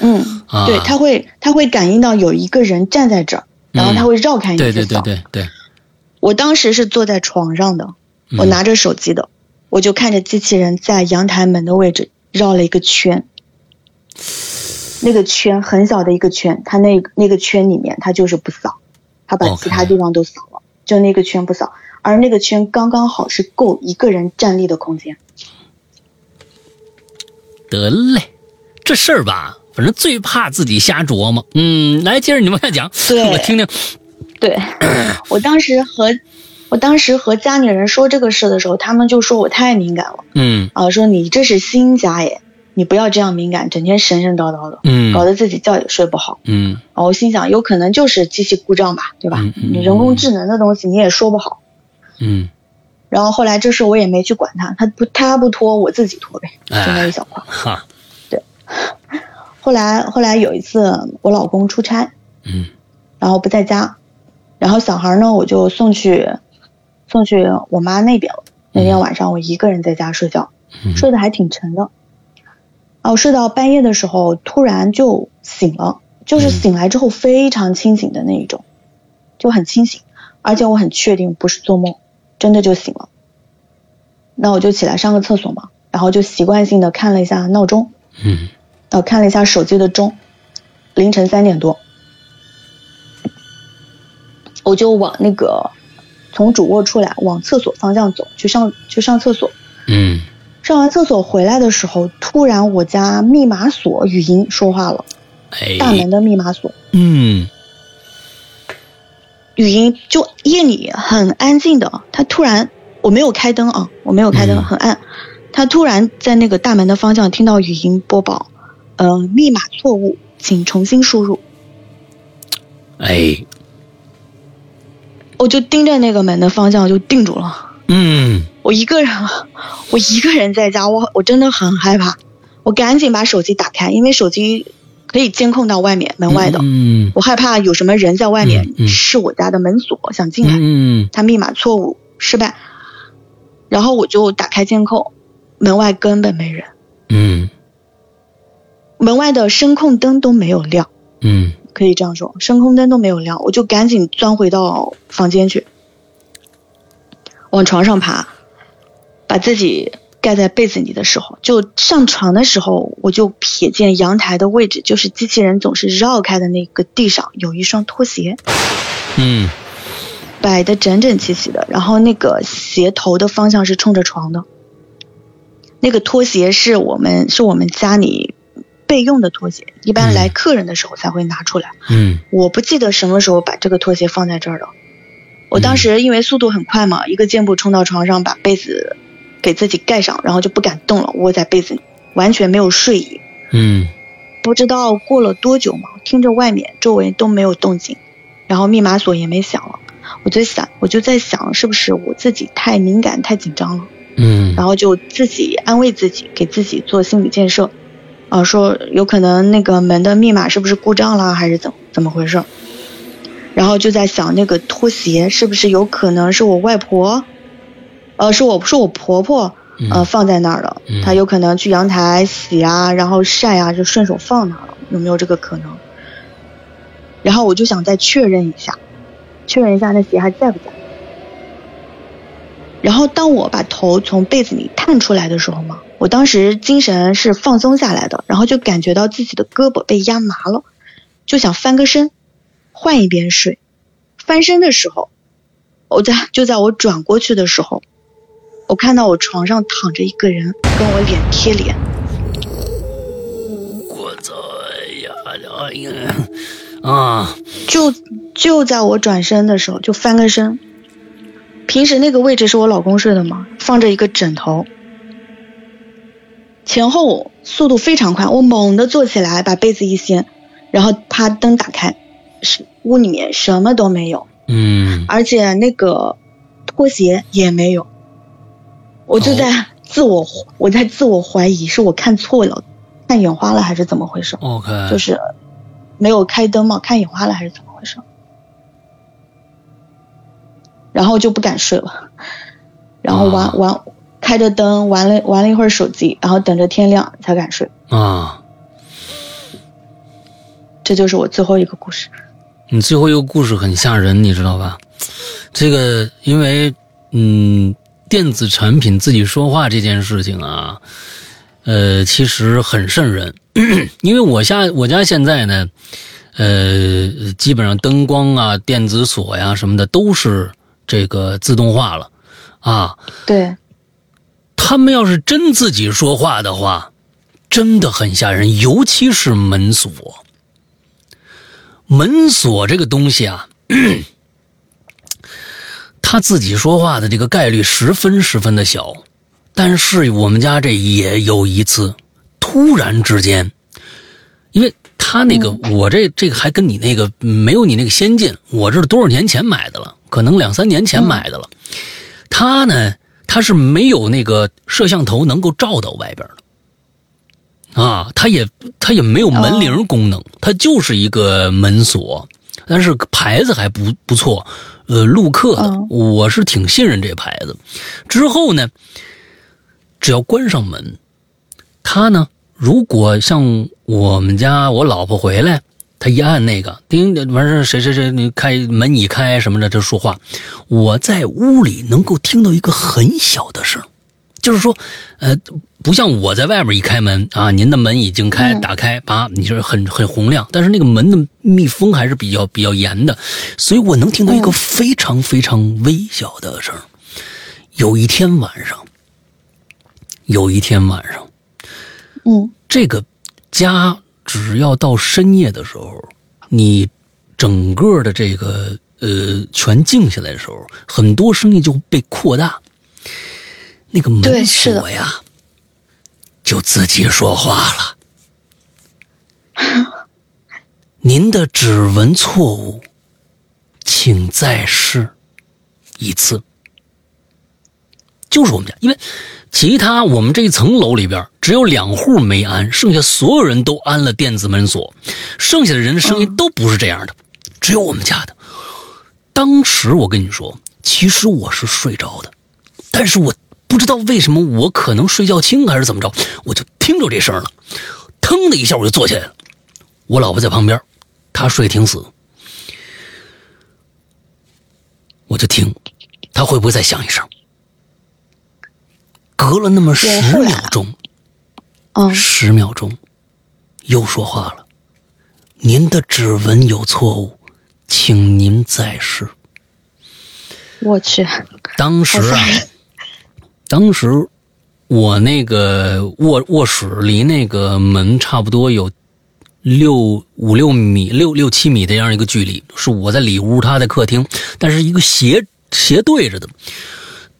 Speaker 3: 嗯，
Speaker 2: 啊，
Speaker 3: 对，它会它会感应到有一个人站在这儿，然后它会绕开你去
Speaker 2: 嗯对
Speaker 3: 扫。
Speaker 2: 对对对对，
Speaker 3: 我当时是坐在床上的，我
Speaker 2: 嗯
Speaker 3: 拿着手机的，我就看着机器人在阳台门的位置绕了一个圈，那个圈很小的一个圈，它那那个圈里面它就是不扫，它把
Speaker 2: OK
Speaker 3: 其他地方都扫了就那个圈不扫，而那个圈刚刚好是够一个人站立的空间。
Speaker 2: 得嘞，这事儿吧，反正最怕自己瞎琢磨。嗯，来，接着你往下讲，
Speaker 3: 对
Speaker 2: 我听听。
Speaker 3: 对，我当时和我当时和家里人说这个事的时候，他们就说我太敏感了
Speaker 2: 嗯
Speaker 3: 啊，说你这是新家耶，你不要这样敏感，整天神神叨叨的，
Speaker 2: 嗯
Speaker 3: 搞得自己觉也睡不好。
Speaker 2: 嗯
Speaker 3: 然后我心想，有可能就是机器故障吧，对吧？
Speaker 2: 嗯嗯
Speaker 3: 你人工智能的东西你也说不好。
Speaker 2: 嗯，
Speaker 3: 然后后来这事我也没去管他，他不他不拖，我自己拖呗，就那
Speaker 2: 哎
Speaker 3: 一小块。
Speaker 2: 哈，
Speaker 3: 后来后来有一次我老公出差，
Speaker 2: 嗯
Speaker 3: 然后不在家，然后小孩呢我就送去送去我妈那边了。那天晚上我一个人在家睡觉，
Speaker 2: 嗯
Speaker 3: 睡得还挺沉的。然后睡到半夜的时候，突然就醒了，就是
Speaker 2: 嗯
Speaker 3: 醒来之后非常清醒的那一种，就很清醒，而且我很确定不是做梦，真的就醒了。那我就起来上个厕所嘛，然后就习惯性的看了一下闹钟，
Speaker 2: 嗯
Speaker 3: 呃，看了一下手机的钟，凌晨三点多，我就往那个从主卧出来，往厕所方向走，去上去上厕所。
Speaker 2: 嗯，
Speaker 3: 上完厕所回来的时候，突然我家密码锁语音说话了，
Speaker 2: 哎，
Speaker 3: 大门的密码锁
Speaker 2: 嗯
Speaker 3: 语音就夜里很安静的，它突然我没有开灯啊，我没有开灯，
Speaker 2: 嗯
Speaker 3: 很暗。它突然在那个大门的方向听到语音播报，呃，密码错误，请重新输入。
Speaker 2: 哎
Speaker 3: 我就盯着那个门的方向就定住了。
Speaker 2: 嗯
Speaker 3: 我一个人，啊 我一个人在家，我我真的很害怕。我赶紧把手机打开，因为手机可以监控到外面门外的。
Speaker 2: 嗯
Speaker 3: 我害怕有什么人在外面
Speaker 2: 嗯嗯
Speaker 3: 是我家的门锁，想进来，
Speaker 2: 嗯
Speaker 3: 他密码错误失败。然后我就打开监控，门外根本没人，
Speaker 2: 嗯
Speaker 3: 门外的声控灯都没有亮，
Speaker 2: 嗯
Speaker 3: 可以这样说，声控灯都没有亮，我就赶紧钻回到房间去，往床上爬，把自己盖在被子里的时候，就上床的时候，我就瞥见阳台的位置，就是机器人总是绕开的那个地上有一双拖鞋。
Speaker 2: 嗯
Speaker 3: 摆的整整齐齐的，然后那个鞋头的方向是冲着床的。那个拖鞋是我们是我们家里备用的拖鞋，一般来
Speaker 2: 嗯
Speaker 3: 客人的时候才会拿出来。
Speaker 2: 嗯
Speaker 3: 我不记得什么时候把这个拖鞋放在这儿的。我当时因为速度很快嘛，一个箭步冲到床上，把被子给自己盖上，然后就不敢动了，窝在被子里，完全没有睡意。
Speaker 2: 嗯
Speaker 3: 不知道过了多久嘛，听着外面周围都没有动静，然后密码锁也没响了。我就想，我就在想，是不是我自己太敏感、太紧张了？
Speaker 2: 嗯
Speaker 3: 然后就自己安慰自己，给自己做心理建设，啊、说有可能那个门的密码是不是故障啦，还是怎么怎么回事儿？然后就在想那个拖鞋是不是有可能是我外婆，呃，是我是我婆婆呃，放在那儿了
Speaker 2: 嗯。
Speaker 3: 他有可能去阳台洗啊，然后晒啊，就顺手放那儿了，有没有这个可能？然后我就想再确认一下，确认一下那鞋还在不在。然后当我把头从被子里探出来的时候嘛，我当时精神是放松下来的，然后就感觉到自己的胳膊被压麻了，就想翻个身，换一边睡。翻身的时候，我在就在我转过去的时候，我看到我床上躺着一个人，跟我脸贴脸。
Speaker 2: 我操！哎呀，哎呀，啊，
Speaker 3: 就就在我转身的时候，就翻个身。平时那个位置是我老公睡的嘛，放着一个枕头。前后速度非常快，我猛地坐起来，把被子一掀，然后啪灯打开，是屋里面什么都没有，
Speaker 2: 嗯，
Speaker 3: 而且那个拖鞋也没有。我就在自我，我在自我怀疑，是我看错了，看眼花了还是怎么回事？
Speaker 2: ，OK，
Speaker 3: 就是没有开灯嘛，看眼花了还是怎么回事？然后就不敢睡了，然后玩、
Speaker 2: 啊
Speaker 3: 玩开着灯玩了玩了一会儿手机，然后等着天亮才敢睡。
Speaker 2: 啊，
Speaker 3: 这就是我最后一个故事。
Speaker 2: 你最后一个故事很吓人，你知道吧？这个因为嗯，电子产品自己说话这件事情啊，呃，其实很瘆人。 因为我家我家现在呢，呃，基本上灯光啊、电子锁呀、什么的都是这个自动化了啊。
Speaker 3: 对，
Speaker 2: 他们要是真自己说话的话，真的很吓人，尤其是门锁。门锁这个东西啊， 他自己说话的这个概率十分十分的小，但是我们家这也有一次，突然之间，因为他那个、我这这个还跟你那个没有你那个先进，我这是多少年前买的了，可能两三年前买的了。他呢，他是没有那个摄像头能够照到外边的，啊，他也他也没有门铃功能，它就是一个门锁，但是牌子还不不错，呃，陆克的，
Speaker 3: 嗯
Speaker 2: 我是挺信任这牌子。之后呢，只要关上门，他呢，如果像我们家我老婆回来，他一按那个叮，完事儿谁谁谁，你开门已开什么的，这说话，我在屋里能够听到一个很小的声儿，就是说，呃，不像我在外面一开门啊，您的门已经开
Speaker 3: 嗯
Speaker 2: 打开，啪，你这很很洪亮，但是那个门的密封还是比较比较严的，所以我能听到一个
Speaker 3: 嗯
Speaker 2: 非常非常微小的声儿。有一天晚上，有一天晚上，
Speaker 3: 嗯，
Speaker 2: 这个家只要到深夜的时候，你整个的这个呃全静下来的时候，很多声音就被扩大。那个
Speaker 3: 对
Speaker 2: 门
Speaker 3: 是的
Speaker 2: 锁呀，就自己说话了。您的指纹错误，请再试一次。就是我们家，因为其他我们这一层楼里边只有两户没安，剩下所有人都安了电子门锁，剩下的人的声音都不是这样的，只有我们家的。当时我跟你说，其实我是睡着的，但是我不知道为什么，我可能睡觉轻还是怎么着，我就听着这声了，腾的一下我就坐起来了。我老婆在旁边，她睡挺死，我就听，她会不会再响一声？隔了那么十
Speaker 3: 对后来
Speaker 2: 秒钟，哎哦
Speaker 3: 嗯，
Speaker 2: 十秒钟，又说话了。您的指纹有错误，请您再试。
Speaker 3: 我去，
Speaker 2: 当时
Speaker 3: 好
Speaker 2: 啊
Speaker 3: 吓人，
Speaker 2: 当时我那个卧卧室离那个门差不多有六五六米、六六七米的这样一个距离，是我在里屋，他在客厅，但是一个斜斜对着的。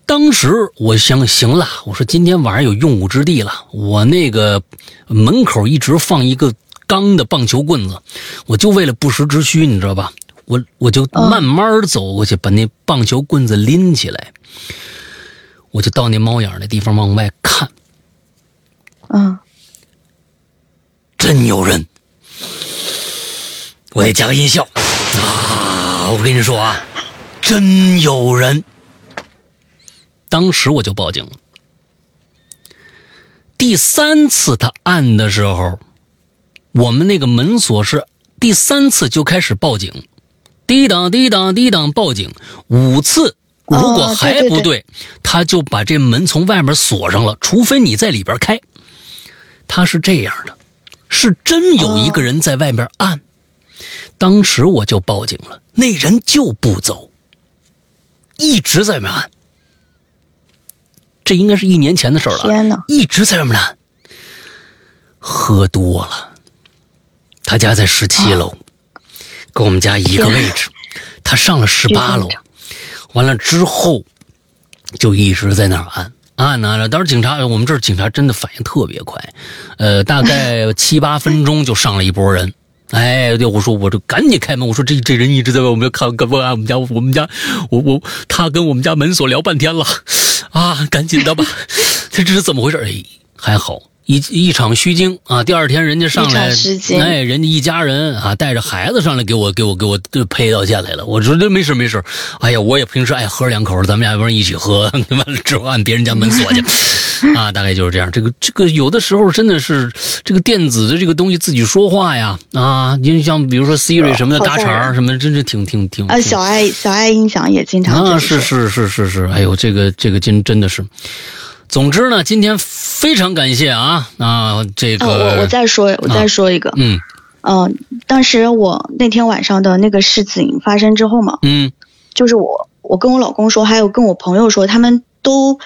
Speaker 2: 当时我想行了，我说今天晚上有用武之地了。我那个门口一直放一个钢的棒球棍子，我就为了不时之需，你知道吧？我我就慢慢走过去，把那棒球棍子拎起来，我就到那猫眼儿那地方往外看，
Speaker 3: 嗯，
Speaker 2: 真有人！我得加个音效啊！我跟你说啊，真有人！当时我就报警了。第三次他按的时候，我们那个门锁是第三次就开始报警，滴当滴当滴当报警五次。如果
Speaker 3: 哦
Speaker 2: 还
Speaker 3: 对对
Speaker 2: 不
Speaker 3: 对
Speaker 2: 他就把这门从外面锁上了，除非你在里边开。他是这样的，是真有一个人在外面按。当时我就报警了，那人就不走，一直在外面按。这应该是一年前的事儿了。
Speaker 3: 天哪！
Speaker 2: 一直在外面呢。喝多了，他家在十七楼，
Speaker 3: 啊
Speaker 2: 跟我们家一个位置，他上了十八楼
Speaker 3: 这，
Speaker 2: 完了之后就一直在那儿按。按呢、当时警察，我们这儿警察真的反应特别快，呃，大 概七八分钟就上了一波人。哎，对，我说我就赶紧开门，我说这这人一直在外面看，干嘛按我们家我们家我我他跟我们家门锁聊半天了，啊，赶紧的吧，这这是怎么回事？哎，还好一一场虚惊啊，第二天人家上来
Speaker 3: 一场虚，惊
Speaker 2: 哎，人家一家人啊，带着孩子上来给我给我给我就赔道歉来了。我说这没事没事，哎呀，我也平时爱喝两口，咱们要不然一起喝， 完了之后按别人家门锁去。啊，大概就是这样。这个这个有的时候真的是这个电子的这个东西自己说话呀啊，你像比如说 Siri 什么的，
Speaker 3: 好
Speaker 2: 搭
Speaker 3: 吓
Speaker 2: 茬儿
Speaker 3: 人
Speaker 2: 什么的，真是挺挺挺
Speaker 3: 啊，
Speaker 2: 挺
Speaker 3: 小爱小爱音响也经常
Speaker 2: 啊，
Speaker 3: 这
Speaker 2: 是
Speaker 3: 样
Speaker 2: 是是是是，哎呦，这个这个真真的是。总之呢，今天非常感谢啊啊，这
Speaker 3: 嗯，
Speaker 2: 个、
Speaker 3: 我我再说，我再说一个，
Speaker 2: 嗯
Speaker 3: 嗯，当时我那天晚上的那个事情发生之后嘛，
Speaker 2: 嗯
Speaker 3: 就是我我跟我老公说，还有跟我朋友说，他们都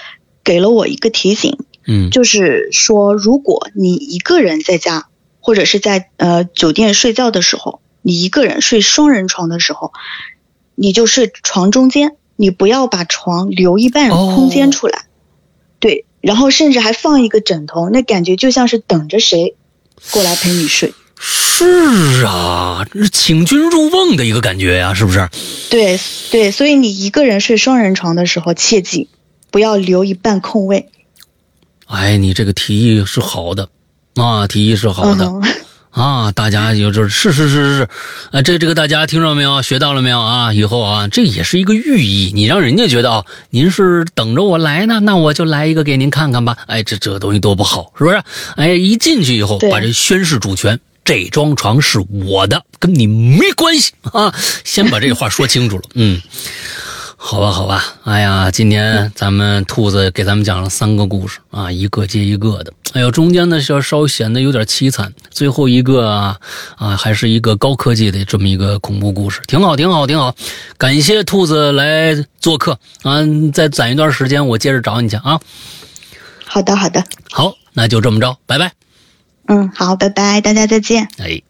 Speaker 3: 给了我一个提醒，
Speaker 2: 嗯
Speaker 3: 就是说，如果你一个人在家，或者是在呃酒店睡觉的时候，你一个人睡双人床的时候，你就睡床中间，你不要把床留一半
Speaker 2: 哦
Speaker 3: 空间出来。对，然后甚至还放一个枕头，那感觉就像是等着谁过来陪你睡。
Speaker 2: 是啊，这请君入瓮的一个感觉呀、是不是？
Speaker 3: 对对，所以你一个人睡双人床的时候，切记不要留一半空位。
Speaker 2: 哎，你这个提议是好的啊，提议是好
Speaker 3: 嗯
Speaker 2: 的。
Speaker 3: 哼，
Speaker 2: 啊，大家有就是是是是是，啊，这这个大家听着没有？学到了没有啊？以后啊，这也是一个寓意，你让人家觉得啊，您是等着我来呢，那我就来一个给您看看吧。哎，这这东西多不好，是不是？哎，一进去以后，
Speaker 3: 对
Speaker 2: 把这宣誓主权，这张床是我的，跟你没关系啊。先把这话说清楚了，嗯。好吧，好吧，哎呀，今天咱们兔子给咱们讲了三个故事啊，一个接一个的。哎呦，中间呢稍稍显得有点凄惨，最后一个啊啊还是一个高科技的这么一个恐怖故事，挺好，挺好，挺好。感谢兔子来做客啊，再攒一段时间我接着找你去啊。
Speaker 3: 好的好的，
Speaker 2: 好，那就这么着，拜拜。
Speaker 3: 嗯，好，拜拜，大家再见。
Speaker 2: 哎。